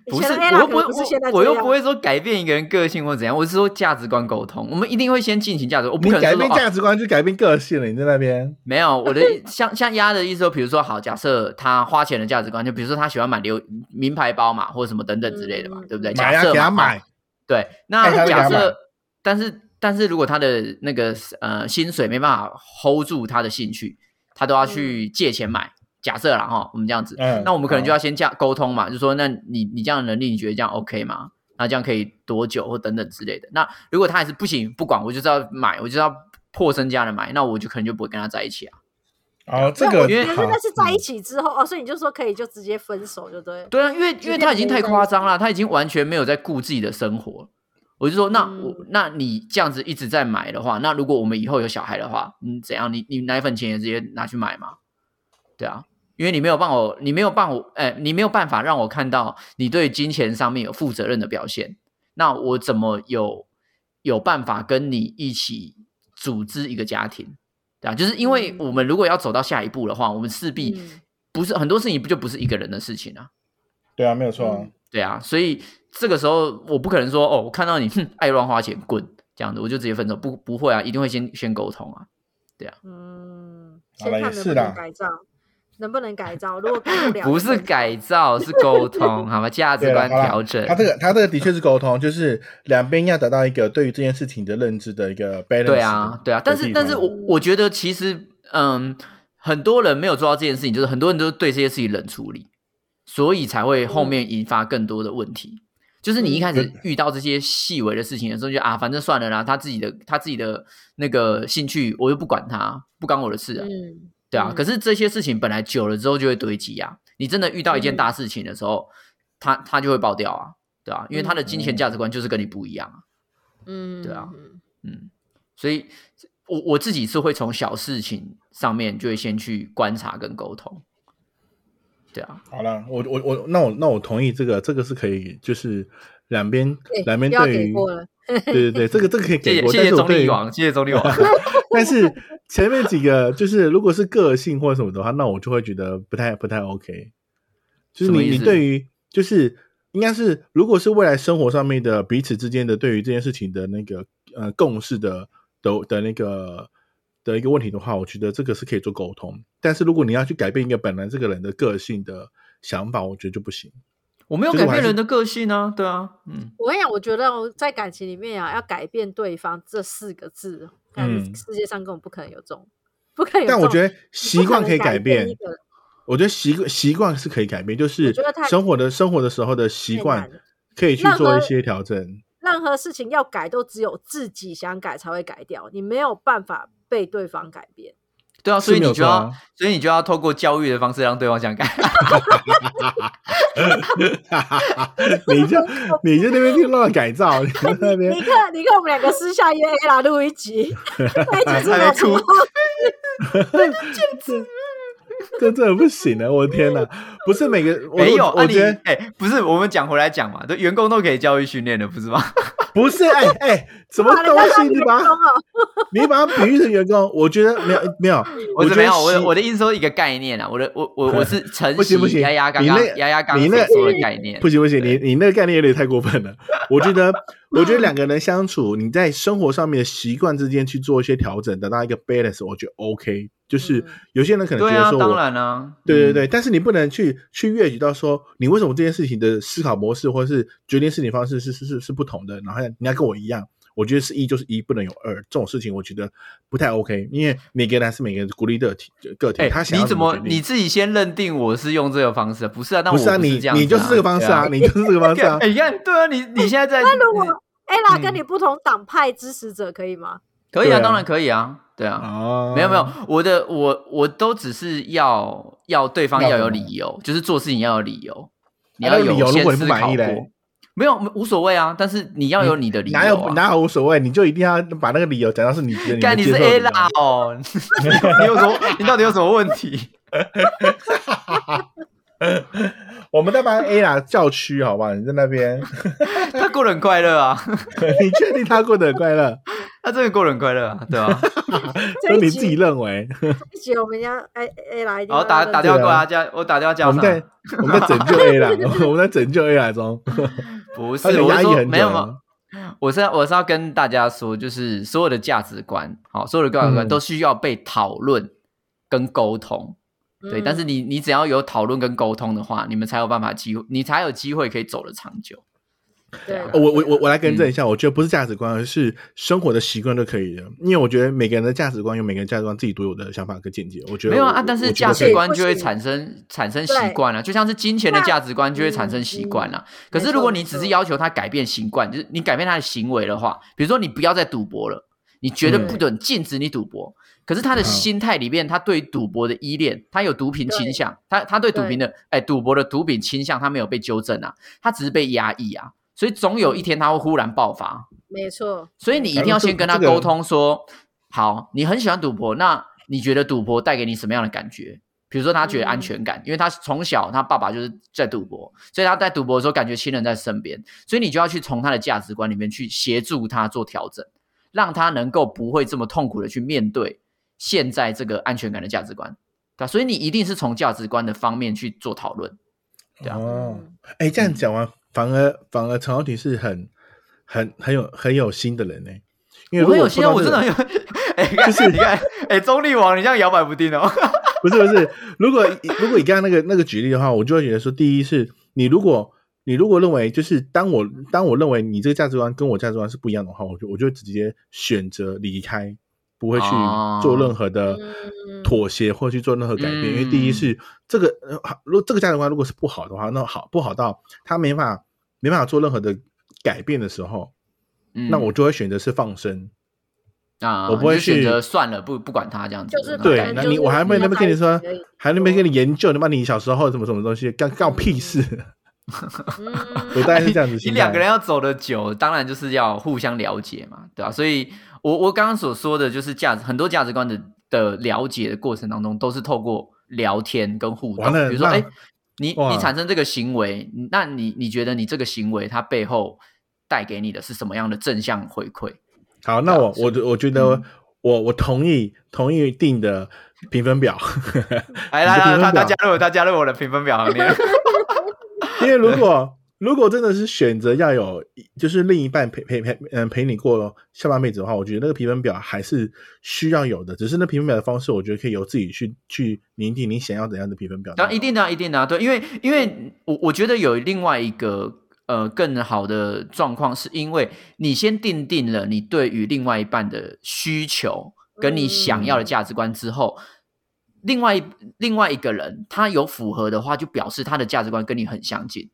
Speaker 2: 以
Speaker 3: 不
Speaker 2: 前
Speaker 3: 是，
Speaker 2: 的 A 老
Speaker 3: 我
Speaker 2: 可
Speaker 3: 又不会
Speaker 2: 能不是现在
Speaker 3: 我，我
Speaker 2: 这
Speaker 3: 又
Speaker 2: 样
Speaker 3: 不会说改变一个人个性或怎样，我是说价值观沟通，我们一定会先进行价值，我不
Speaker 1: 你
Speaker 3: 可能
Speaker 1: 改
Speaker 3: 说
Speaker 1: 变
Speaker 3: 哦
Speaker 1: 价值观就改变个性了，你在那边
Speaker 3: 没有我的像像丫的意思 说，比如说好，假设他花钱的价值观，就比如说他喜欢买流名牌包嘛，或者什么等等之类的嘛，
Speaker 2: 嗯
Speaker 3: 对不对？
Speaker 1: 买
Speaker 3: 假
Speaker 1: 啊，
Speaker 3: 设
Speaker 1: 给他
Speaker 3: 嘛哦
Speaker 1: 买，
Speaker 3: 对，
Speaker 1: 哎他
Speaker 3: 那
Speaker 1: 会给他
Speaker 3: 假设
Speaker 1: 买，
Speaker 3: 但是但是如果他的那个呃薪水没办法 hold 住他的兴趣，他都要去借钱买。假设啦哈，我们这样子，
Speaker 1: 嗯
Speaker 3: 那我们可能就
Speaker 1: 好
Speaker 3: 要先这样沟通嘛，就说那你你这样的能力，你觉得这样 OK 吗？那这样可以多久或等等之类的。那如果他还是不行，不管我就是要买，我就是要破身家的买，那我就可能就不会跟他在一起啊。
Speaker 1: 哦，这
Speaker 2: 那
Speaker 1: 个
Speaker 2: 我觉得
Speaker 1: 好
Speaker 2: 那是在一
Speaker 1: 嗯
Speaker 2: 起之后、哦，所以你就说可以就直接分手就对了。
Speaker 3: 对啊，因为
Speaker 2: 即
Speaker 3: 因为
Speaker 2: 便
Speaker 3: 他已经
Speaker 2: 没
Speaker 3: 太
Speaker 2: 在
Speaker 3: 夸
Speaker 2: 一
Speaker 3: 张了，他已经完全没有在顾自己的生活了。我就说，那我、
Speaker 2: 嗯
Speaker 3: 那你这样子一直在买的话，那如果我们以后有小孩的话，你怎样？你你奶粉钱也直接拿去买嘛？对啊，因为你没有办我，你没有办我，哎、你没有办法让我看到你对金钱上面有负责任的表现。那我怎么有有办法跟你一起组织一个家庭？对啊，就是因为
Speaker 2: 嗯
Speaker 3: 我们如果要走到下一步的话，我们势必
Speaker 2: 嗯
Speaker 3: 不是、很多事情，不就不是一个人的事情啊？
Speaker 1: 对啊，没有错啊。
Speaker 2: 嗯
Speaker 3: 对啊，所以这个时候我不可能说哦，我看到你哼爱乱花钱滚这样子，我就直接分手，不不会啊，一定会先先沟通啊。
Speaker 2: 嗯，
Speaker 1: 好
Speaker 2: 先
Speaker 1: 了
Speaker 2: 看
Speaker 1: 也
Speaker 2: 能
Speaker 1: 是
Speaker 2: 不能
Speaker 1: 啦
Speaker 2: 改造，能不能改造？如果 改不了，
Speaker 3: 不是改造，是沟通，好吧？价值
Speaker 1: 对了
Speaker 3: 观
Speaker 1: 好啦
Speaker 3: 调整。
Speaker 1: 他这个他这个的确是沟通，就是两边要达到一个对于这件事情的认知的一个 balance。
Speaker 3: 对啊，对啊，但是但是我我觉得其实嗯，很多人没有做到这件事情，就是很多人都对这些事情冷处理，所以才会后面引发更多的问题。就是你一开
Speaker 1: 嗯
Speaker 3: 始遇到这些细微的事情的时候，就啊，反正算了啦，他自己的他自己的那个兴趣，我又不管他，不关我的事啊。
Speaker 2: 嗯，
Speaker 3: 对啊，
Speaker 2: 嗯
Speaker 3: 可是这些事情本来久了之后就会堆积啊。你真的遇到一件
Speaker 2: 嗯
Speaker 3: 大事情的时候，它它就会爆掉啊，对啊，因为他的金钱价值观就是跟你不一样啊，
Speaker 2: 嗯，
Speaker 3: 对啊
Speaker 2: 嗯，
Speaker 3: 嗯，所以我我自己是会从小事情上面就会先去观察跟沟通，对啊，
Speaker 1: 好了，我我我那我那我同意这个，这个是可以，就是两边
Speaker 2: 对
Speaker 1: 两边
Speaker 2: 又要
Speaker 1: 对
Speaker 2: 给
Speaker 1: 于
Speaker 2: 过了，
Speaker 1: 对对对，这个这个可以
Speaker 3: 谢
Speaker 1: 给
Speaker 3: 谢
Speaker 1: 过，
Speaker 3: 谢
Speaker 1: 但是
Speaker 3: 谢
Speaker 1: 哎我
Speaker 3: 中
Speaker 1: 对
Speaker 3: 立
Speaker 1: 于
Speaker 3: 王，谢谢中立王，
Speaker 1: 但是前面几个就是如果是个性或者什么的话，那我就会觉得不太不太 OK。就是
Speaker 3: 什么
Speaker 1: 你
Speaker 3: 意
Speaker 1: 你
Speaker 3: 思
Speaker 1: 对于就是应该是如果是未来生活上面的彼此之间的对于这件事情的那个呃共识的的的那个的一个问题的话，我觉得这个是可以做沟通。但是如果你要去改变一个本来这个人的个性的想法，我觉得就不行。
Speaker 3: 我没有
Speaker 1: 这
Speaker 3: 改
Speaker 1: 个我还
Speaker 3: 变
Speaker 1: 是
Speaker 3: 人的个性啊，对啊，嗯，
Speaker 2: 我跟你讲，我觉得哦在感情里面啊，要改变对方这四个字，感觉
Speaker 1: 嗯
Speaker 2: 世界上根本不可能有这种，不可能有这
Speaker 1: 但我
Speaker 2: 种。
Speaker 1: 觉得
Speaker 2: 你不
Speaker 1: 习惯
Speaker 2: 能
Speaker 1: 可以
Speaker 2: 改
Speaker 1: 改
Speaker 2: 变
Speaker 1: 变
Speaker 2: 一，个人
Speaker 1: 我觉得习惯习惯是可以改变，就是
Speaker 2: 觉得太
Speaker 1: 生活的生活的时候的习
Speaker 2: 太
Speaker 1: 惯
Speaker 2: 难了
Speaker 1: 可以去
Speaker 2: 任
Speaker 1: 做
Speaker 2: 何
Speaker 1: 一些调整。
Speaker 2: 任何事情要改，都只有自己想改才会改掉，你没有办法被对方改变。
Speaker 3: 对啊，所以
Speaker 1: 是没
Speaker 3: 你
Speaker 1: 有错
Speaker 3: 就要
Speaker 1: 啊，
Speaker 3: 所以你就要透过教育的方式让对方想改。
Speaker 1: 你就你就那边去乱改 造，你在那边
Speaker 2: 尼克，尼克，我们两个私下约 A 啦录一 集，那一集是
Speaker 3: 还
Speaker 2: 我
Speaker 3: 在哭
Speaker 2: 们
Speaker 1: 这这不行了，我的天哪！不是每个我
Speaker 3: 没有，
Speaker 1: 我
Speaker 3: 啊
Speaker 1: 我
Speaker 3: 你
Speaker 1: 觉得
Speaker 3: 哎、不是，我们讲回来讲嘛，对，员工都可以教育训练的，不是吗？
Speaker 1: 不 是，哎哎，什么
Speaker 2: 把人
Speaker 1: 东
Speaker 2: 家
Speaker 1: 西
Speaker 2: 当
Speaker 1: 你
Speaker 2: 员
Speaker 1: 把它
Speaker 2: 工哦，
Speaker 1: 你把它比喻成员工，我觉得没有没有，
Speaker 3: 我
Speaker 1: 觉
Speaker 3: 是没
Speaker 1: 得
Speaker 3: 有，我的
Speaker 1: 习
Speaker 3: 我的意思说一个概念啊，我的我我 我是承
Speaker 1: 不行不
Speaker 3: 袭
Speaker 1: 行
Speaker 3: 丫丫刚
Speaker 1: 你
Speaker 3: 刚
Speaker 1: 那
Speaker 3: 丫丫刚刚
Speaker 1: 你那
Speaker 3: 所说的概念，
Speaker 1: 不行不行，
Speaker 3: 对
Speaker 1: 你你那个概念有点太过分了。我觉 得，我觉得两个人相处，你在生活上面的习惯之间去做一些调整，得到一个 balance，我觉得 OK。就是
Speaker 2: 嗯
Speaker 1: 有些人可能觉
Speaker 3: 对
Speaker 1: 得
Speaker 3: 啊，
Speaker 1: 说
Speaker 3: 当
Speaker 1: 我，
Speaker 3: 然啊，
Speaker 1: 对对
Speaker 3: 嗯
Speaker 1: 对，但是你不能去去越级到说，你为什么这件事情的思考模式或是决定事情方式是是是是不同的，然后你要跟我一样。我觉得是一就是一，不能有二这种事情，我觉得不太 OK，因为每个人还是每个人独立的体个体，
Speaker 3: 哎、
Speaker 1: 他想
Speaker 3: 你
Speaker 1: 要
Speaker 3: 怎
Speaker 1: 么
Speaker 3: 么
Speaker 1: 决定
Speaker 3: 你自己先认定我是用这个方式？不是啊，但
Speaker 1: 不
Speaker 3: 我
Speaker 1: 是啊，
Speaker 3: 不
Speaker 1: 你
Speaker 3: 这样子、
Speaker 1: 你就是这个方式啊，
Speaker 3: 对
Speaker 1: 你就是这个方式啊
Speaker 3: 哎、。你看，对啊，你你现在在，
Speaker 2: 那如果 A 啦跟
Speaker 3: 嗯
Speaker 2: 你不同党派支持者可以吗？
Speaker 3: 可以
Speaker 1: 对
Speaker 3: 啊，
Speaker 1: 啊
Speaker 3: 当然可以啊，对啊，
Speaker 1: 哦，
Speaker 3: 没有没有，我的我我都只是要要对方
Speaker 1: 要
Speaker 3: 要
Speaker 1: 什
Speaker 3: 有
Speaker 1: 么
Speaker 3: 理由，就是做事情要有理由，你
Speaker 1: 啊
Speaker 3: 要
Speaker 1: 那理由如
Speaker 3: 先
Speaker 1: 果你不
Speaker 3: 思
Speaker 1: 满
Speaker 3: 考
Speaker 1: 意嘞
Speaker 3: 过。没有无所谓啊，但是你要有你的理由、啊
Speaker 1: 哪有哪有无所谓，你就一定要把那个理由讲到是你觉得你
Speaker 3: 干
Speaker 1: 能
Speaker 3: 你
Speaker 1: 接
Speaker 3: 是
Speaker 1: 受
Speaker 3: A
Speaker 1: 的理由。
Speaker 3: 啦 哦，你有什么？你到底有什么问题？
Speaker 1: 我们在帮 A 啦叫屈，好吧？你在那边，
Speaker 3: 他过得很快乐啊，
Speaker 1: 你确定他过得很快乐？
Speaker 3: 他真的过得很快乐啊，对吧、
Speaker 2: 这
Speaker 1: 都
Speaker 2: 一
Speaker 1: 你自己
Speaker 2: 集
Speaker 1: 认为。
Speaker 2: 这一集我们要 A A 啦，一定
Speaker 3: 然后
Speaker 2: 要
Speaker 3: 打
Speaker 2: 认真
Speaker 3: 打电话过来他家，我打电话叫
Speaker 1: 我
Speaker 3: 他
Speaker 1: 们在我们在拯 救 A 啦，我们在拯救 A 啦中。
Speaker 3: 不是
Speaker 1: 他可能
Speaker 3: 我
Speaker 1: 压
Speaker 3: 是
Speaker 1: 抑
Speaker 3: 说
Speaker 1: 很久
Speaker 3: 没有
Speaker 1: 了
Speaker 3: 没有。我是要我是要跟大家说，就是所有的价值观，好，所有的价值观
Speaker 1: 嗯
Speaker 3: 都需要被讨论跟沟通，对。
Speaker 2: 嗯
Speaker 3: 但是你你只要有讨论跟沟通的话，你们才有办法机会，你才有机会可以走得长久。
Speaker 2: 对啊
Speaker 3: 哦
Speaker 2: 啦
Speaker 1: 哦我我我我来更正一下，我觉得不是价值观，而是生活的习惯就可以了。因为我觉得每个人的价值观有每个人价值观自己独有的想法跟见解。我觉得
Speaker 3: 没有
Speaker 1: 我
Speaker 3: 啊，但是
Speaker 1: 我觉得
Speaker 3: 价
Speaker 1: 可以
Speaker 3: 值观
Speaker 2: 不
Speaker 3: 就会
Speaker 2: 行
Speaker 3: 产生产生习
Speaker 2: 对
Speaker 3: 惯啊了，就像是金钱的
Speaker 2: 那
Speaker 3: 价值观就会
Speaker 2: 嗯
Speaker 3: 产生习惯了。
Speaker 2: 没
Speaker 3: 可是
Speaker 2: 错
Speaker 3: 如果
Speaker 2: 没
Speaker 3: 你只
Speaker 2: 错
Speaker 3: 是要求他改变习惯，就是你改变他的行为的话，比如说你不要再赌博了，你绝对不
Speaker 2: 嗯
Speaker 3: 准禁止你赌博。可是他的
Speaker 1: 嗯
Speaker 3: 心态里面，他对赌博的依恋，他有毒品倾
Speaker 2: 对
Speaker 3: 向，他他对赌
Speaker 2: 对
Speaker 3: 品的哎赌博的毒品倾向，他没有被纠正啊，他只是被压抑啊，所以总
Speaker 2: 嗯
Speaker 3: 有一天他会忽然爆发。
Speaker 2: 没错，
Speaker 3: 所以你一定要
Speaker 1: 哎
Speaker 3: 先跟他沟通说，好，你很喜欢赌博，那你觉得赌博带给你什么样的感觉？比如说他觉得安全
Speaker 1: 嗯
Speaker 3: 感，因为他从小他爸爸就是在赌博，所以他在赌博的时候感觉亲人在身边，所以你就要去从他的价值观里面去协助他做调整，让他能够不会这么痛苦的去面对现在这个安全感的价值观，对吧、所以你一定是从价值观的方面去做讨 论，对啊
Speaker 1: 哦
Speaker 2: 嗯，
Speaker 1: 哎、这样讲完，反而反而陈浩庭是很很很有很有心的人呢、因为如
Speaker 3: 我
Speaker 1: 果
Speaker 3: 很有
Speaker 1: 碰
Speaker 3: 心啊，
Speaker 1: 到
Speaker 3: 我
Speaker 1: 这
Speaker 3: 真的
Speaker 1: 种
Speaker 3: 很有，哎、你看，你看，哎、中立王，你这样摇摆不定哦。
Speaker 1: 不是不是，如果以如果你刚刚那个那个举例的话，我就会觉得说，第一是你如果你如果认为就是当我当我认为你这个价值观跟我价值观是不一样的话，我就我就会直接选择离开，不会去
Speaker 3: 哦
Speaker 1: 做任何的
Speaker 2: 嗯
Speaker 1: 妥协或去做任何改变，因为第一
Speaker 3: 嗯
Speaker 1: 是这个呃好如果这个价值观如果是不好的话，那好不好到他没法没办法做任何的改变的时候，那
Speaker 3: 嗯
Speaker 1: 我就会选择是放生。
Speaker 3: 啊，
Speaker 1: 我不会
Speaker 3: 你就选
Speaker 1: 去
Speaker 3: 择算了，不不管他这样子
Speaker 2: 就
Speaker 3: 的
Speaker 2: 是
Speaker 3: 那种
Speaker 1: 对
Speaker 3: 感，觉。
Speaker 1: 那
Speaker 2: 就
Speaker 1: 你
Speaker 2: 是
Speaker 1: 我还没
Speaker 2: 跟
Speaker 1: 那么
Speaker 2: 他
Speaker 1: 跟你
Speaker 2: 一起
Speaker 1: 说
Speaker 2: 而已，
Speaker 1: 还那边跟你研究，你妈你小时候什么什么东西，干干我屁事！ 我
Speaker 2: 嗯，
Speaker 1: 大概是这样子
Speaker 3: 你
Speaker 1: 心态。
Speaker 3: 两个人要走得久，当然就是要互相了解嘛，对吧、啊所以我我刚刚所说的就是价值很多价值观的的了解的过程当中，都是透过聊天跟互动
Speaker 1: 完，了
Speaker 3: 比如说
Speaker 1: 那
Speaker 3: 哎。你
Speaker 1: 哇
Speaker 3: 你产生这个行为，那你你觉得你这个行为它背后带给你的是什么样的正向回馈？
Speaker 1: 好，那我我我觉得
Speaker 3: 嗯
Speaker 1: 我我同意同意定的评分 表，
Speaker 3: 哎，
Speaker 1: 你的
Speaker 3: 来来，
Speaker 1: 评分
Speaker 3: 他他
Speaker 1: 表
Speaker 3: 加入他加入我的评分表行列，
Speaker 1: 因为如果如果真的是选择要有，就是另一半陪陪陪，嗯，陪你过下半辈子的话，我觉得那个评分表还是需要有的。只是那评分表的方式，我觉得可以由自己去去拟定你想要怎样的评分表。
Speaker 3: 当然一
Speaker 2: 嗯
Speaker 3: 定的啊、一定的啊、对，因为因为我我觉得有另外一个呃更好的状况，是因为你先定定了你对于另外一半的需求
Speaker 2: 嗯
Speaker 3: 跟你想要的价值观之后，另外一另外一个人他有符合的话，就表示他的价值观跟你很相近，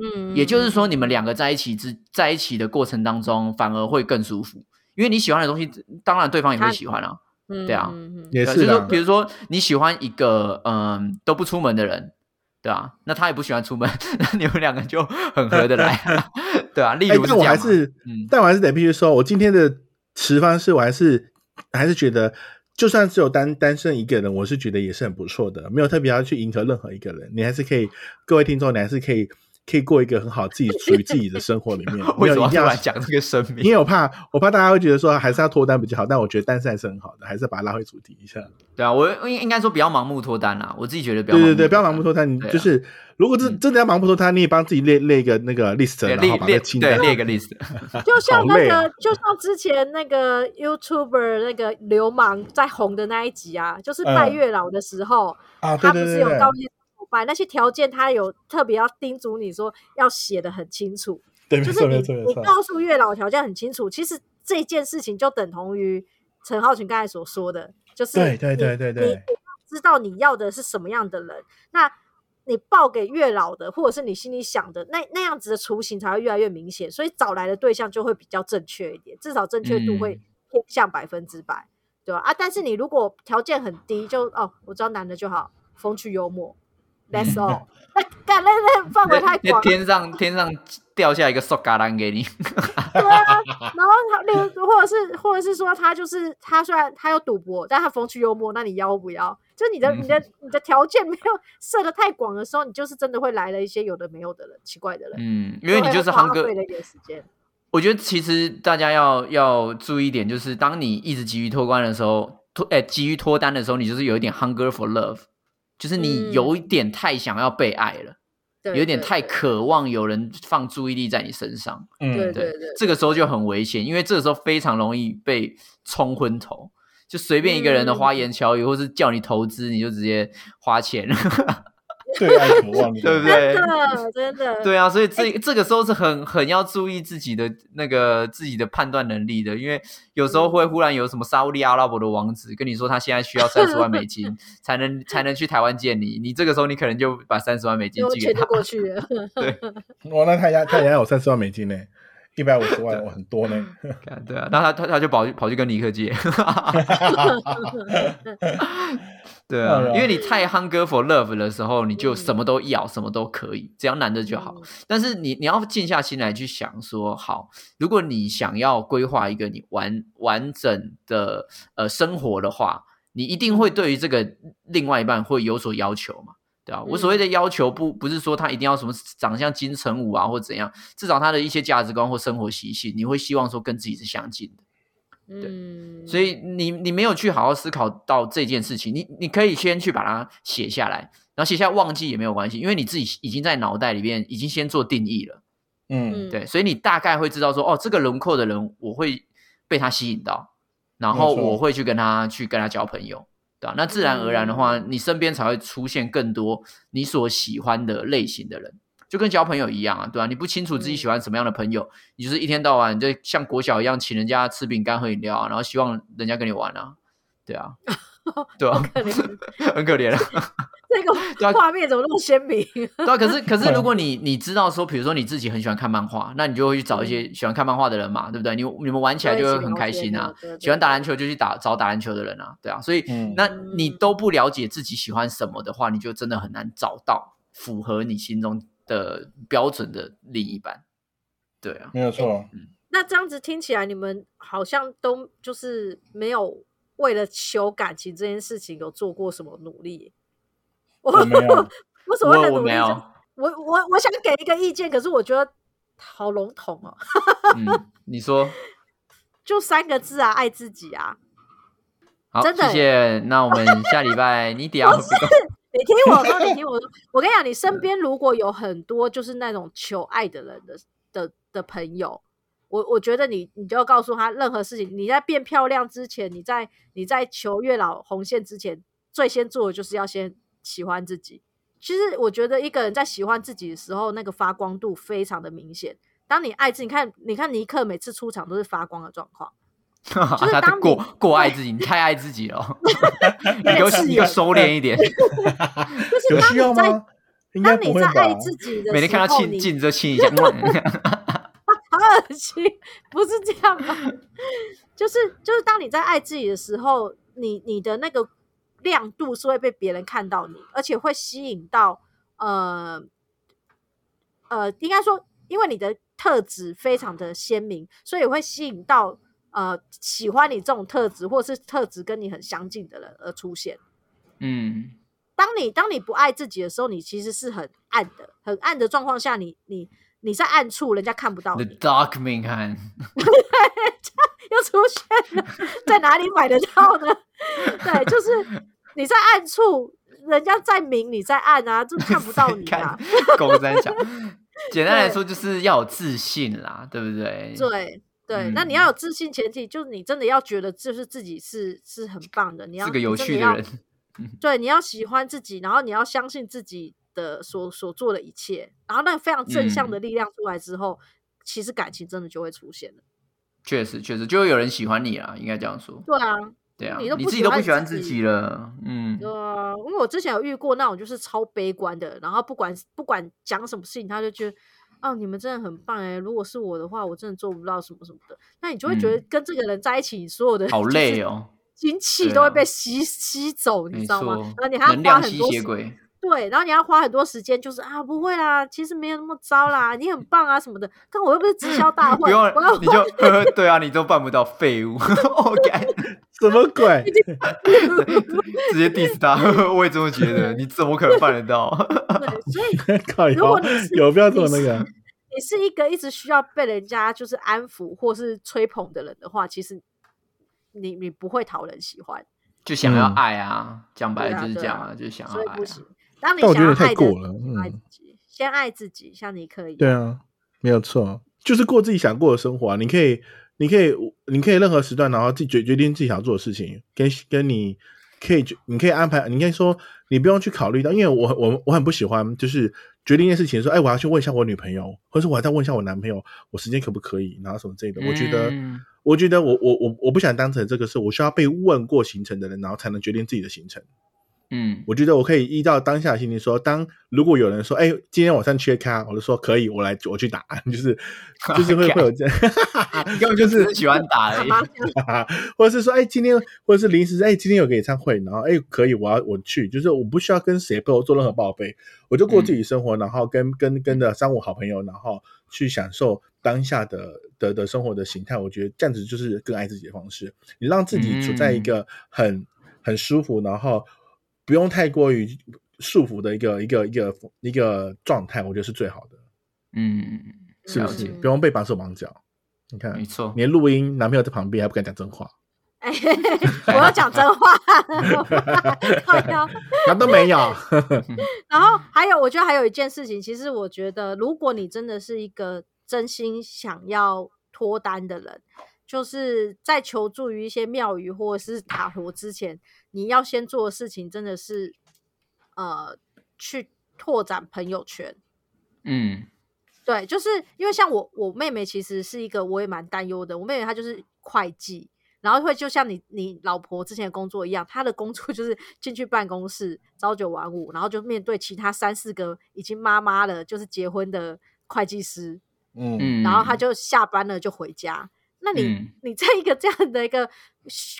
Speaker 2: 嗯，
Speaker 3: 也就是说你们两个在一起之在一起的过程当中，反而会更舒服，因为你喜欢的东西，当然对方也会
Speaker 2: 他
Speaker 3: 喜欢啊。
Speaker 2: 嗯，
Speaker 3: 对啊
Speaker 2: 嗯， 嗯嗯
Speaker 1: 也
Speaker 3: 对
Speaker 1: 是
Speaker 3: 就是说
Speaker 1: 的，
Speaker 3: 比如说你喜欢一个嗯都不出门的人，对啊，那他也不喜欢出门， 那你们两个就很合得来、 啊，对啊。例
Speaker 1: 哎，
Speaker 3: 如是
Speaker 1: 但
Speaker 3: 这
Speaker 1: 我还
Speaker 3: 样嘛，
Speaker 1: 是，
Speaker 3: 嗯，
Speaker 1: 但我还是得必须说，我今天的持方式，我还是还是觉得，就算只有单单身一个人，我是觉得也是很不错的，没有特别要去迎合任何一个人，你还是可以，各位听众，你还是可以可以过一个很好自己属于自己的生活里面 没
Speaker 3: 为
Speaker 1: 有
Speaker 3: 什
Speaker 1: 一
Speaker 3: 么要突
Speaker 1: 定要
Speaker 3: 然。讲这个生
Speaker 1: 因
Speaker 3: 命？
Speaker 1: 为我怕，我怕大家会觉得说还是要脱单比较好，但我觉得单身还是很好的，还是要把它拉回主题一下。
Speaker 3: 对啊，我应应该说不要盲目脱单啦，我自己觉得不要
Speaker 1: 对对对，不要盲
Speaker 3: 目
Speaker 1: 目脱单，你
Speaker 3: 对啊
Speaker 1: 就是如果真真的要盲目脱单，你也帮自己列列一个那个 list，
Speaker 3: 对
Speaker 1: 然后
Speaker 3: 列
Speaker 1: 把那
Speaker 3: 列
Speaker 1: 个清单
Speaker 3: 对列个 list，
Speaker 2: 就像
Speaker 1: 好
Speaker 2: 那
Speaker 1: 累
Speaker 2: 个，
Speaker 1: 啊
Speaker 2: 就像之前那个 YouTuber 那个流氓在红的那一集啊，就是拜
Speaker 1: 嗯
Speaker 2: 月老的时候，
Speaker 1: 啊，对
Speaker 2: 他不
Speaker 1: 对对
Speaker 2: 是
Speaker 1: 对
Speaker 2: 有
Speaker 1: 对
Speaker 2: 告诫伙伴那些条件，他有特别要叮嘱你说要写的很清楚，
Speaker 1: 对，没
Speaker 2: 就是
Speaker 1: 错
Speaker 2: 你
Speaker 1: 没错没
Speaker 2: 你
Speaker 1: 错。
Speaker 2: 告诉月老条件很清楚，其实这件事情就等同于陈浩群刚才所说的，就是
Speaker 1: 对对
Speaker 2: 你
Speaker 1: 对对对
Speaker 2: 你你知道你要的是什么样的人，那你报给月老的，或者是你心里想的那那样子的雏形才会越来越明显，所以找来的对象就会比较正确一点，至少正确度会
Speaker 3: 嗯
Speaker 2: 偏向百分之百，对吧？啊，但是你如果条件很低，就哦，我知道男的就好，风趣幽默，That's all，那 干那那范围太
Speaker 3: 那
Speaker 2: 广了
Speaker 3: 那。天上天上掉下一个塑嘎篮给你，
Speaker 2: 对 啊，然后他例如或者是或者是说他就是他虽然他有赌博，但他风趣幽默，那你要不要？就你
Speaker 3: 嗯
Speaker 2: 的你的你的条件没 有设的太广的时候，你就是真的会来了一些有的没有的人，奇怪的人，
Speaker 3: 嗯，因为你
Speaker 2: 会
Speaker 3: 就是
Speaker 2: 花
Speaker 3: 夯哥
Speaker 2: 费了一点时间。
Speaker 3: 我觉得其实大家要要注意一点，就是当你一直急于脱关的时候，脱哎急于脱单的时候，你就是有一点 hunger for love，就是你
Speaker 2: 嗯
Speaker 3: 有一点太想要被爱了，
Speaker 2: 对，
Speaker 3: 有一点
Speaker 2: 对
Speaker 3: 太
Speaker 2: 对
Speaker 3: 渴望有人放注意力在你身上。
Speaker 2: 对
Speaker 1: 嗯，
Speaker 3: 对，
Speaker 2: 对
Speaker 3: 这个时候就很危险，因为这个时候非常容易被冲昏头，就随便一个人的
Speaker 2: 嗯
Speaker 3: 花言巧语，或是叫你投资，你就直接花 钱，
Speaker 1: 对爱渴 望，
Speaker 3: 对不对
Speaker 2: 真的真的
Speaker 3: 对啊，所以这、这个时候是很很要注意自己的那个自己的判断能力的，因为有时候会忽然有什么沙烏地阿拉伯的王子跟你说他现在需要三十万美金才能才能去台湾见你，你这个时候你可能就把三十万美金
Speaker 2: 就
Speaker 3: 寄给
Speaker 2: 全
Speaker 3: 他
Speaker 2: 就， 过去了。
Speaker 1: 哇，那他家他家有三十万美金呢，一百五十万，我很多呢。
Speaker 3: 干对啊，然后他他他就跑去跑去跟尼克借，对啊
Speaker 1: 哎，呀
Speaker 3: 因为你太 hunger for love 的时候，你就什么都要，什么都可以，只要男的就好。但是你你要静下心来去想说，好，如果你想要规划一个你完完整的呃生活的话，你一定会对于这个另外一半会有所要求嘛，对吧、啊？我所谓的要求不不是说他一定要什么长相金城武啊或怎样，至少他的一些价值观或生活习性，你会希望说跟自己是相近的。
Speaker 2: 嗯，
Speaker 3: 所以你你没有去好好思考到这件事情，你你可以先去把它写下来，然后写下忘记也没有关系，因为你自己已经在脑袋里面已经先做定义了。
Speaker 1: 嗯，
Speaker 2: 嗯
Speaker 3: 对，所以你大概会知道说，哦，这个轮廓的人，我会被他吸引到，然后
Speaker 1: 没错
Speaker 3: 我会去跟他去跟他交朋友，对啊吧、那自然而然的话，你身边才会出现更多你所喜欢的类型的人，就跟交朋友一样啊，对吧、你不清楚自己喜欢什么样的朋友，你就是一天到晚就像国小一样请人家吃饼干、喝饮料啊，然后希望人家跟你玩啊，对啊，对啊，
Speaker 2: 可能
Speaker 3: 很可怜啊。
Speaker 2: 这
Speaker 3: 对啊
Speaker 2: 个画面怎么那么鲜明？
Speaker 3: 对啊，可是可是，如果你你知道说，比如说你自己很喜欢看漫画，那你就会去找一
Speaker 2: 嗯
Speaker 3: 些喜欢看漫画的人嘛，对不对？你你们玩起来就会很开心啊。
Speaker 2: 对，对
Speaker 3: 喜欢打篮，球就去打找打篮球的人啊，对啊。所以、
Speaker 1: 嗯
Speaker 3: 那你都不了解自己喜欢什么的话，你就真的很难找到符合你心中的标准的另一半。对啊，
Speaker 1: 没有错。
Speaker 2: 那这样子听起来，你们好像都就是没有为了求感情这件事情有做过什么努力。我
Speaker 1: 我没 有
Speaker 2: 我所谓的
Speaker 3: 我我
Speaker 2: 努力
Speaker 3: 没
Speaker 2: 就是，
Speaker 3: 有，
Speaker 2: 我我我想给一个意见，可是我觉得好笼统哦，
Speaker 3: 嗯，你说
Speaker 2: 就三个字啊，爱自己啊。
Speaker 3: 好，
Speaker 2: 真的
Speaker 3: 谢谢。那我们下礼拜你屌，
Speaker 2: 不是你听我说， 你听我说，我跟你讲，你身边如果有很多就是那种求爱的人的的的朋友，我我觉得你你就要告诉他，任何事情你在变漂亮之前，你在你在求月老红线之前，最先做的就是要先喜欢自己。其实我觉得一个人在喜欢自己的时候，那个发光度非常的明显。当你爱自己，你看，你看尼克每次出场都是发光的状况， 就是
Speaker 3: 他
Speaker 2: 当你
Speaker 3: 过过爱自己，你太爱自己 了，你给我
Speaker 2: 是
Speaker 3: 你给我收敛一点。
Speaker 2: 就是
Speaker 1: 有
Speaker 2: 当
Speaker 1: 需要
Speaker 2: 你在
Speaker 1: 吗？应该
Speaker 2: 当
Speaker 1: 不
Speaker 2: 你
Speaker 1: 会
Speaker 2: 在
Speaker 1: 吧？
Speaker 2: 爱自己的
Speaker 3: 每天看
Speaker 2: 时
Speaker 3: 他
Speaker 2: 候
Speaker 3: 亲
Speaker 2: 你
Speaker 3: 近就亲一下，
Speaker 2: 好恶心，不是这样吧？ 就是就是，当你在爱自己的时候，你你的那个亮度是会被别人看到你，而且会吸引到呃呃，应该说，因为你的特质非常的鲜明，所以会吸引到呃喜欢你这种特质，或是特质跟你很相近的人而出现。
Speaker 3: 嗯
Speaker 2: 当你当你不爱自己的时候，你其实是很暗的，很暗的状况下，你你你在暗处，人家看不到
Speaker 3: ，The
Speaker 2: 你。
Speaker 3: Dark Man 看，
Speaker 2: 又出现了，在哪里买得到呢？ 对，就是你在暗处，人家在明，你在暗啊，就看不到你
Speaker 3: 看
Speaker 2: 啊。
Speaker 3: 狗三小。简单来说，就是要有自信啦，对不对？
Speaker 2: 对对，
Speaker 3: 嗯
Speaker 2: 那你要有自信，前提就是你真的要觉得就是自己是是很棒的，你要
Speaker 3: 是个有趣
Speaker 2: 你真
Speaker 3: 的
Speaker 2: 要
Speaker 3: 人，
Speaker 2: 对，你要喜欢自己，然后你要相信自己的所所做的一切，然后那个非常正
Speaker 3: 嗯
Speaker 2: 向的力量出来之后，其实感情真的就会出现了。
Speaker 3: 确实确实，就会有人喜欢你啦，应该这样说。
Speaker 2: 对啊，
Speaker 3: 对啊，
Speaker 2: 你都不
Speaker 3: 自己都不喜
Speaker 2: 喜欢
Speaker 3: 欢
Speaker 2: 自
Speaker 3: 自
Speaker 2: 己
Speaker 3: 己了，嗯，
Speaker 2: 对啊，因为我之前有遇过那种就是超悲观的，然后不管不管讲什么事情，他就觉得哦，你们真的很棒哎、如果是我的话，我真的做不到什么什么的。那你就会觉得
Speaker 3: 嗯
Speaker 2: 跟这个人在一起，你所有的
Speaker 3: 好累
Speaker 2: 哦，
Speaker 3: 哦，
Speaker 2: 精气
Speaker 3: 对
Speaker 2: 都会
Speaker 3: 啊
Speaker 2: 被吸吸走，你
Speaker 3: 没
Speaker 2: 知道吗？
Speaker 3: 错
Speaker 2: 然后你，还要
Speaker 3: 能
Speaker 2: 花
Speaker 3: 量
Speaker 2: 很
Speaker 3: 吸
Speaker 2: 多
Speaker 3: 血
Speaker 2: 时
Speaker 3: 鬼，
Speaker 2: 对，然后你要花很多时间，就是啊，不会啦，其实没有那么糟啦，你很棒啊什么的。但我又不是直销大
Speaker 3: 不
Speaker 2: 会，
Speaker 3: 用
Speaker 2: 我要，
Speaker 3: 你 就呵呵，对啊，你都办不到，废物 ，OK，
Speaker 1: 什么 鬼？
Speaker 3: 直接 diss 他，呵呵我也这么觉得，你怎么可能办得到？
Speaker 2: 对，所 以
Speaker 3: 哎
Speaker 1: 靠
Speaker 2: 如
Speaker 1: 腰
Speaker 2: 果你是
Speaker 1: 有必要这么
Speaker 2: 你
Speaker 1: 那
Speaker 2: 是
Speaker 1: 个啊？
Speaker 2: 你是一个一直需要被人家就是安抚或是吹捧的人的话，其实你你不会讨人喜欢，
Speaker 3: 就想要
Speaker 1: 嗯
Speaker 3: 爱啊，讲白
Speaker 2: 对
Speaker 3: 了
Speaker 2: 啊
Speaker 3: 就是这
Speaker 2: 对啊
Speaker 3: 样啊，就想要
Speaker 2: 所以
Speaker 3: 爱
Speaker 2: 不
Speaker 3: 啊，
Speaker 2: 行。当你
Speaker 1: 但我
Speaker 2: 想
Speaker 1: 觉得有
Speaker 2: 要
Speaker 1: 点
Speaker 2: 爱
Speaker 1: 太
Speaker 2: 的
Speaker 1: 过
Speaker 2: 时
Speaker 1: 了，
Speaker 2: 候爱自
Speaker 1: 嗯，
Speaker 2: 己，先爱自己，像你可以。
Speaker 1: 对啊，没有错，就是过自己想过的生活啊。你可以，你可以，你可以任何时段，然后自己决决定自己想做的事情，跟跟你可以决，你可以安排，你可以说你不用去考虑到，因为我我我很不喜欢就是决定一件事情说，哎，我要去问一下我女朋友，或者是我还在问一下我男朋友，我时间可不可以，然后什么之类的。我觉得。
Speaker 3: 嗯
Speaker 1: 我觉得我我我我不想当成这个是我需要被问过行程的人，然后才能决定自己的行程。
Speaker 3: 嗯，
Speaker 1: 我觉得我可以依照当下的心情说，当如果有人说，哎、今天晚上缺咖，我就说可以，我来我去打，就是就是会会有这样，
Speaker 3: 你根本就只是喜欢打而已，
Speaker 1: 或者是说，哎、今天或者是临时，哎、今天有个演唱会，然后哎、可以，我要我去，就是我不需要跟谁做任何报备，我就过自
Speaker 3: 嗯
Speaker 1: 己生活，然后跟跟跟着三五好朋友，然后去享受当下的的的生活的形态。我觉得这样子就是更爱自己的方式，你让自己处
Speaker 3: 嗯
Speaker 1: 在一个很、很舒服，然后不用太过于束缚的一个一个一个一个状态，我觉得是最好的，
Speaker 3: 嗯，
Speaker 1: 是不
Speaker 3: 了
Speaker 1: 是？
Speaker 3: 解嗯
Speaker 1: 不用被绑手绑脚。你看
Speaker 3: 没，错，
Speaker 1: 连录音男朋友在旁边还不敢讲真话。
Speaker 2: 哎， 我要讲真话， 靠腰
Speaker 1: 那都没有。
Speaker 2: 然后还有，我觉得还有一件事情，其实我觉得，如果你真的是一个真心想要脱单的人，就是在求助于一些庙宇或者是塔罗之前，你要先做的事情真的是，呃，去拓展朋友圈。
Speaker 3: 嗯
Speaker 2: 对，就是因为像我，我妹妹其实是一个我也蛮担忧的。我妹妹她就是会计，然后会就像你你老婆之前的工作一样，她的工作 就是进去办公室朝九晚五，然后就面对其他三四个已经妈妈了，就是结婚的会计师，
Speaker 1: 嗯，
Speaker 3: 嗯，
Speaker 2: 然后她就下班了就回家。那你、
Speaker 3: 嗯
Speaker 2: 你在一个这样的一个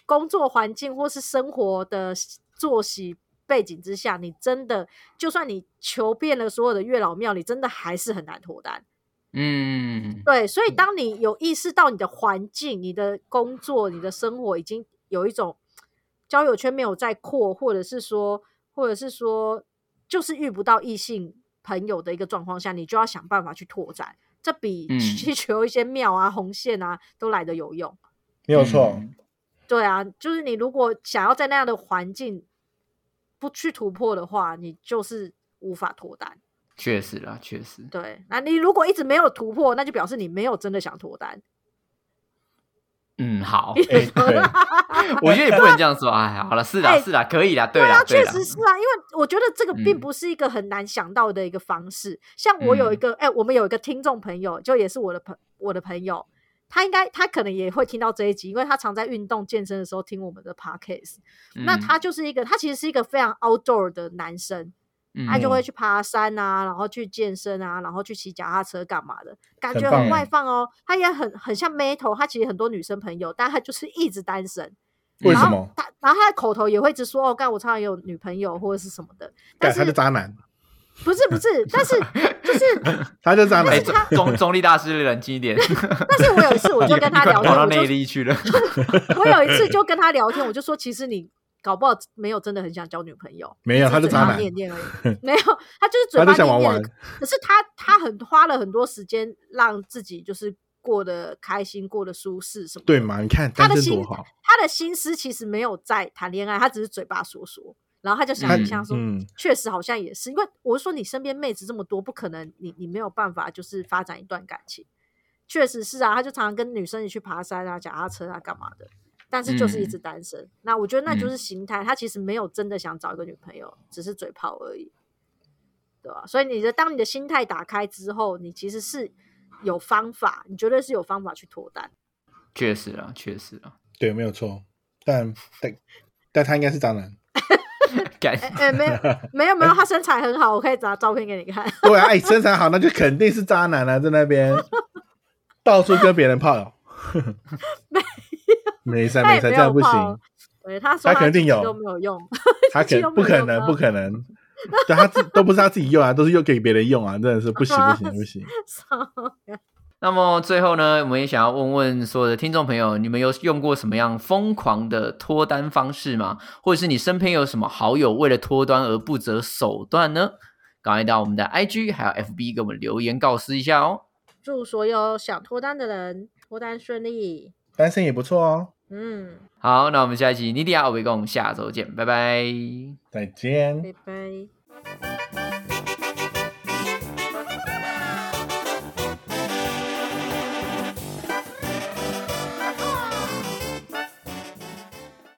Speaker 2: 工作环境或是生活的作息背景之下，你真的就算你求遍了所有的月老庙，你真的还是很难脱单。
Speaker 3: 嗯
Speaker 2: 对，所以当你有意识到你的环境、你的工作、你的生活已经有一种交友圈没有在扩，或者是说，或者是说，就是遇不到异性朋友的一个状况下，你就要想办法去拓展，这比
Speaker 3: 嗯
Speaker 2: 去求一些庙啊、红线啊都来得有用。
Speaker 1: 没有错。
Speaker 3: 嗯
Speaker 2: 对啊，就是你如果想要在那样的环境不去突破的话，你就是无法脱单。
Speaker 3: 确实啦，确实，
Speaker 2: 对，那你如果一直没有突破，那就表示你没有真的想脱单。
Speaker 3: 嗯，好，
Speaker 1: 哎、 对，
Speaker 3: 我觉得也不能这样说，哎，好了，是啦，
Speaker 2: 哎
Speaker 3: 是啦，可以啦，对
Speaker 2: 啊，
Speaker 3: 啦，对
Speaker 2: 确
Speaker 3: 啦，
Speaker 2: 实是啊，因为我觉得这个并
Speaker 3: 嗯
Speaker 2: 不是一个很难想到的一个方式。像我有一个，哎、我们有一个听众朋友，就也是我的朋我的朋友，他应该他可能也会听到这一集，因为他常在运动健身的时候听我们的 podcast、那
Speaker 3: 嗯
Speaker 2: 他就是一个，他其实是一个非常 outdoor 的男生，
Speaker 3: 嗯
Speaker 2: 他就会去爬山啊，然后去健身啊，然后去骑脚踏车干嘛的，感
Speaker 1: 很
Speaker 2: 觉
Speaker 1: 棒
Speaker 2: 很外
Speaker 3: 欸
Speaker 2: 放哦。他也很很像 metal，他其实很多女生朋友，但他就是一直单身。
Speaker 1: 为
Speaker 2: 然
Speaker 1: 什
Speaker 2: 后
Speaker 1: 么？
Speaker 2: 他然后他的口头也会一直说哦，干我常常有女朋友或者是什么的，但
Speaker 1: 干
Speaker 2: 是
Speaker 1: 他是渣男，
Speaker 2: 不是 不是，但是就是
Speaker 1: 他是渣
Speaker 3: 哎，
Speaker 1: 男，
Speaker 3: 中中中立大师冷静 一点，
Speaker 2: 但是我有一次我就跟他
Speaker 3: 你快
Speaker 2: 聊天，
Speaker 3: 跑到
Speaker 2: 我就
Speaker 3: 内力去了，
Speaker 2: 我有一次就跟他聊天，我就说其实你搞不好没有真的很想交女朋友，
Speaker 1: 没有，他
Speaker 2: 就是嘴
Speaker 1: 渣
Speaker 2: 巴
Speaker 1: 男，
Speaker 2: 念念而 已，没有，他就是嘴
Speaker 1: 他
Speaker 2: 巴
Speaker 1: 就想
Speaker 2: 念
Speaker 1: 玩
Speaker 2: 念
Speaker 1: 玩
Speaker 2: 的。可是他他很花了很多时间让自己就是过得开心，过得舒适什么的。
Speaker 1: 对嘛？你看
Speaker 2: 他
Speaker 1: 单
Speaker 2: 的
Speaker 1: 身
Speaker 2: 心
Speaker 1: 多好，
Speaker 2: 他的心思其实没有在谈恋爱，他只是嘴巴说说，然后他就想
Speaker 3: 他
Speaker 2: 一下说，
Speaker 1: 嗯
Speaker 2: 确实好像也是，因为我是说你身边妹子这么多，不可能你你没有办法就是发展一段感情，确实是啊，他就常常跟女生一起去爬山啊、脚踏车啊干嘛的，但是就是一
Speaker 1: 嗯
Speaker 2: 直单身。那我觉得那就是心态，他其实没有真的想找一个女朋友，只是嘴炮而已，对吧、所以你的当你的心态打开之后，你其实是有方法，你绝对是有方法去脱单。
Speaker 3: 确实啊，确实啊，
Speaker 1: 对，没有错，但但但他应该是渣男，
Speaker 3: 感
Speaker 2: 哎、哎，没有没有没有，他身材很好，我可以拿照片给你看。
Speaker 1: 对啊，哎，身材好那就肯定是渣男了、在那 边到处跟别人泡友，没事哎
Speaker 2: 他
Speaker 1: 没
Speaker 2: 也
Speaker 1: 事，
Speaker 2: 没
Speaker 1: 这
Speaker 2: 有
Speaker 1: 样不
Speaker 2: 泡
Speaker 1: 行，
Speaker 2: 对，他说
Speaker 1: 他肯定
Speaker 2: 自己
Speaker 1: 有
Speaker 2: 都没有用，
Speaker 1: 他
Speaker 2: 自
Speaker 1: 肯
Speaker 2: 己都
Speaker 1: 不
Speaker 2: 没有
Speaker 1: 可
Speaker 2: 用
Speaker 1: 能
Speaker 2: 吗
Speaker 1: 不可能，对他自都不是他自己用啊，都是又给别人用啊，真的是 不行不行不行，
Speaker 3: 那么最后呢，我们也想要问问所有的听众朋友，你们有用过什么样疯狂的脱单方式吗？或者是你身边有什么好友为了脱单而不择手段呢？赶快到我们的 IG 还有 FB 给我们留言告知一下哦。
Speaker 2: 祝所有想脱单的人脱单顺利。
Speaker 1: 单身也不错哦，
Speaker 2: 嗯，
Speaker 3: 好，那我们下一期尼迪亚奥维跟我们下周见，拜拜。
Speaker 1: 再见。
Speaker 2: 拜拜。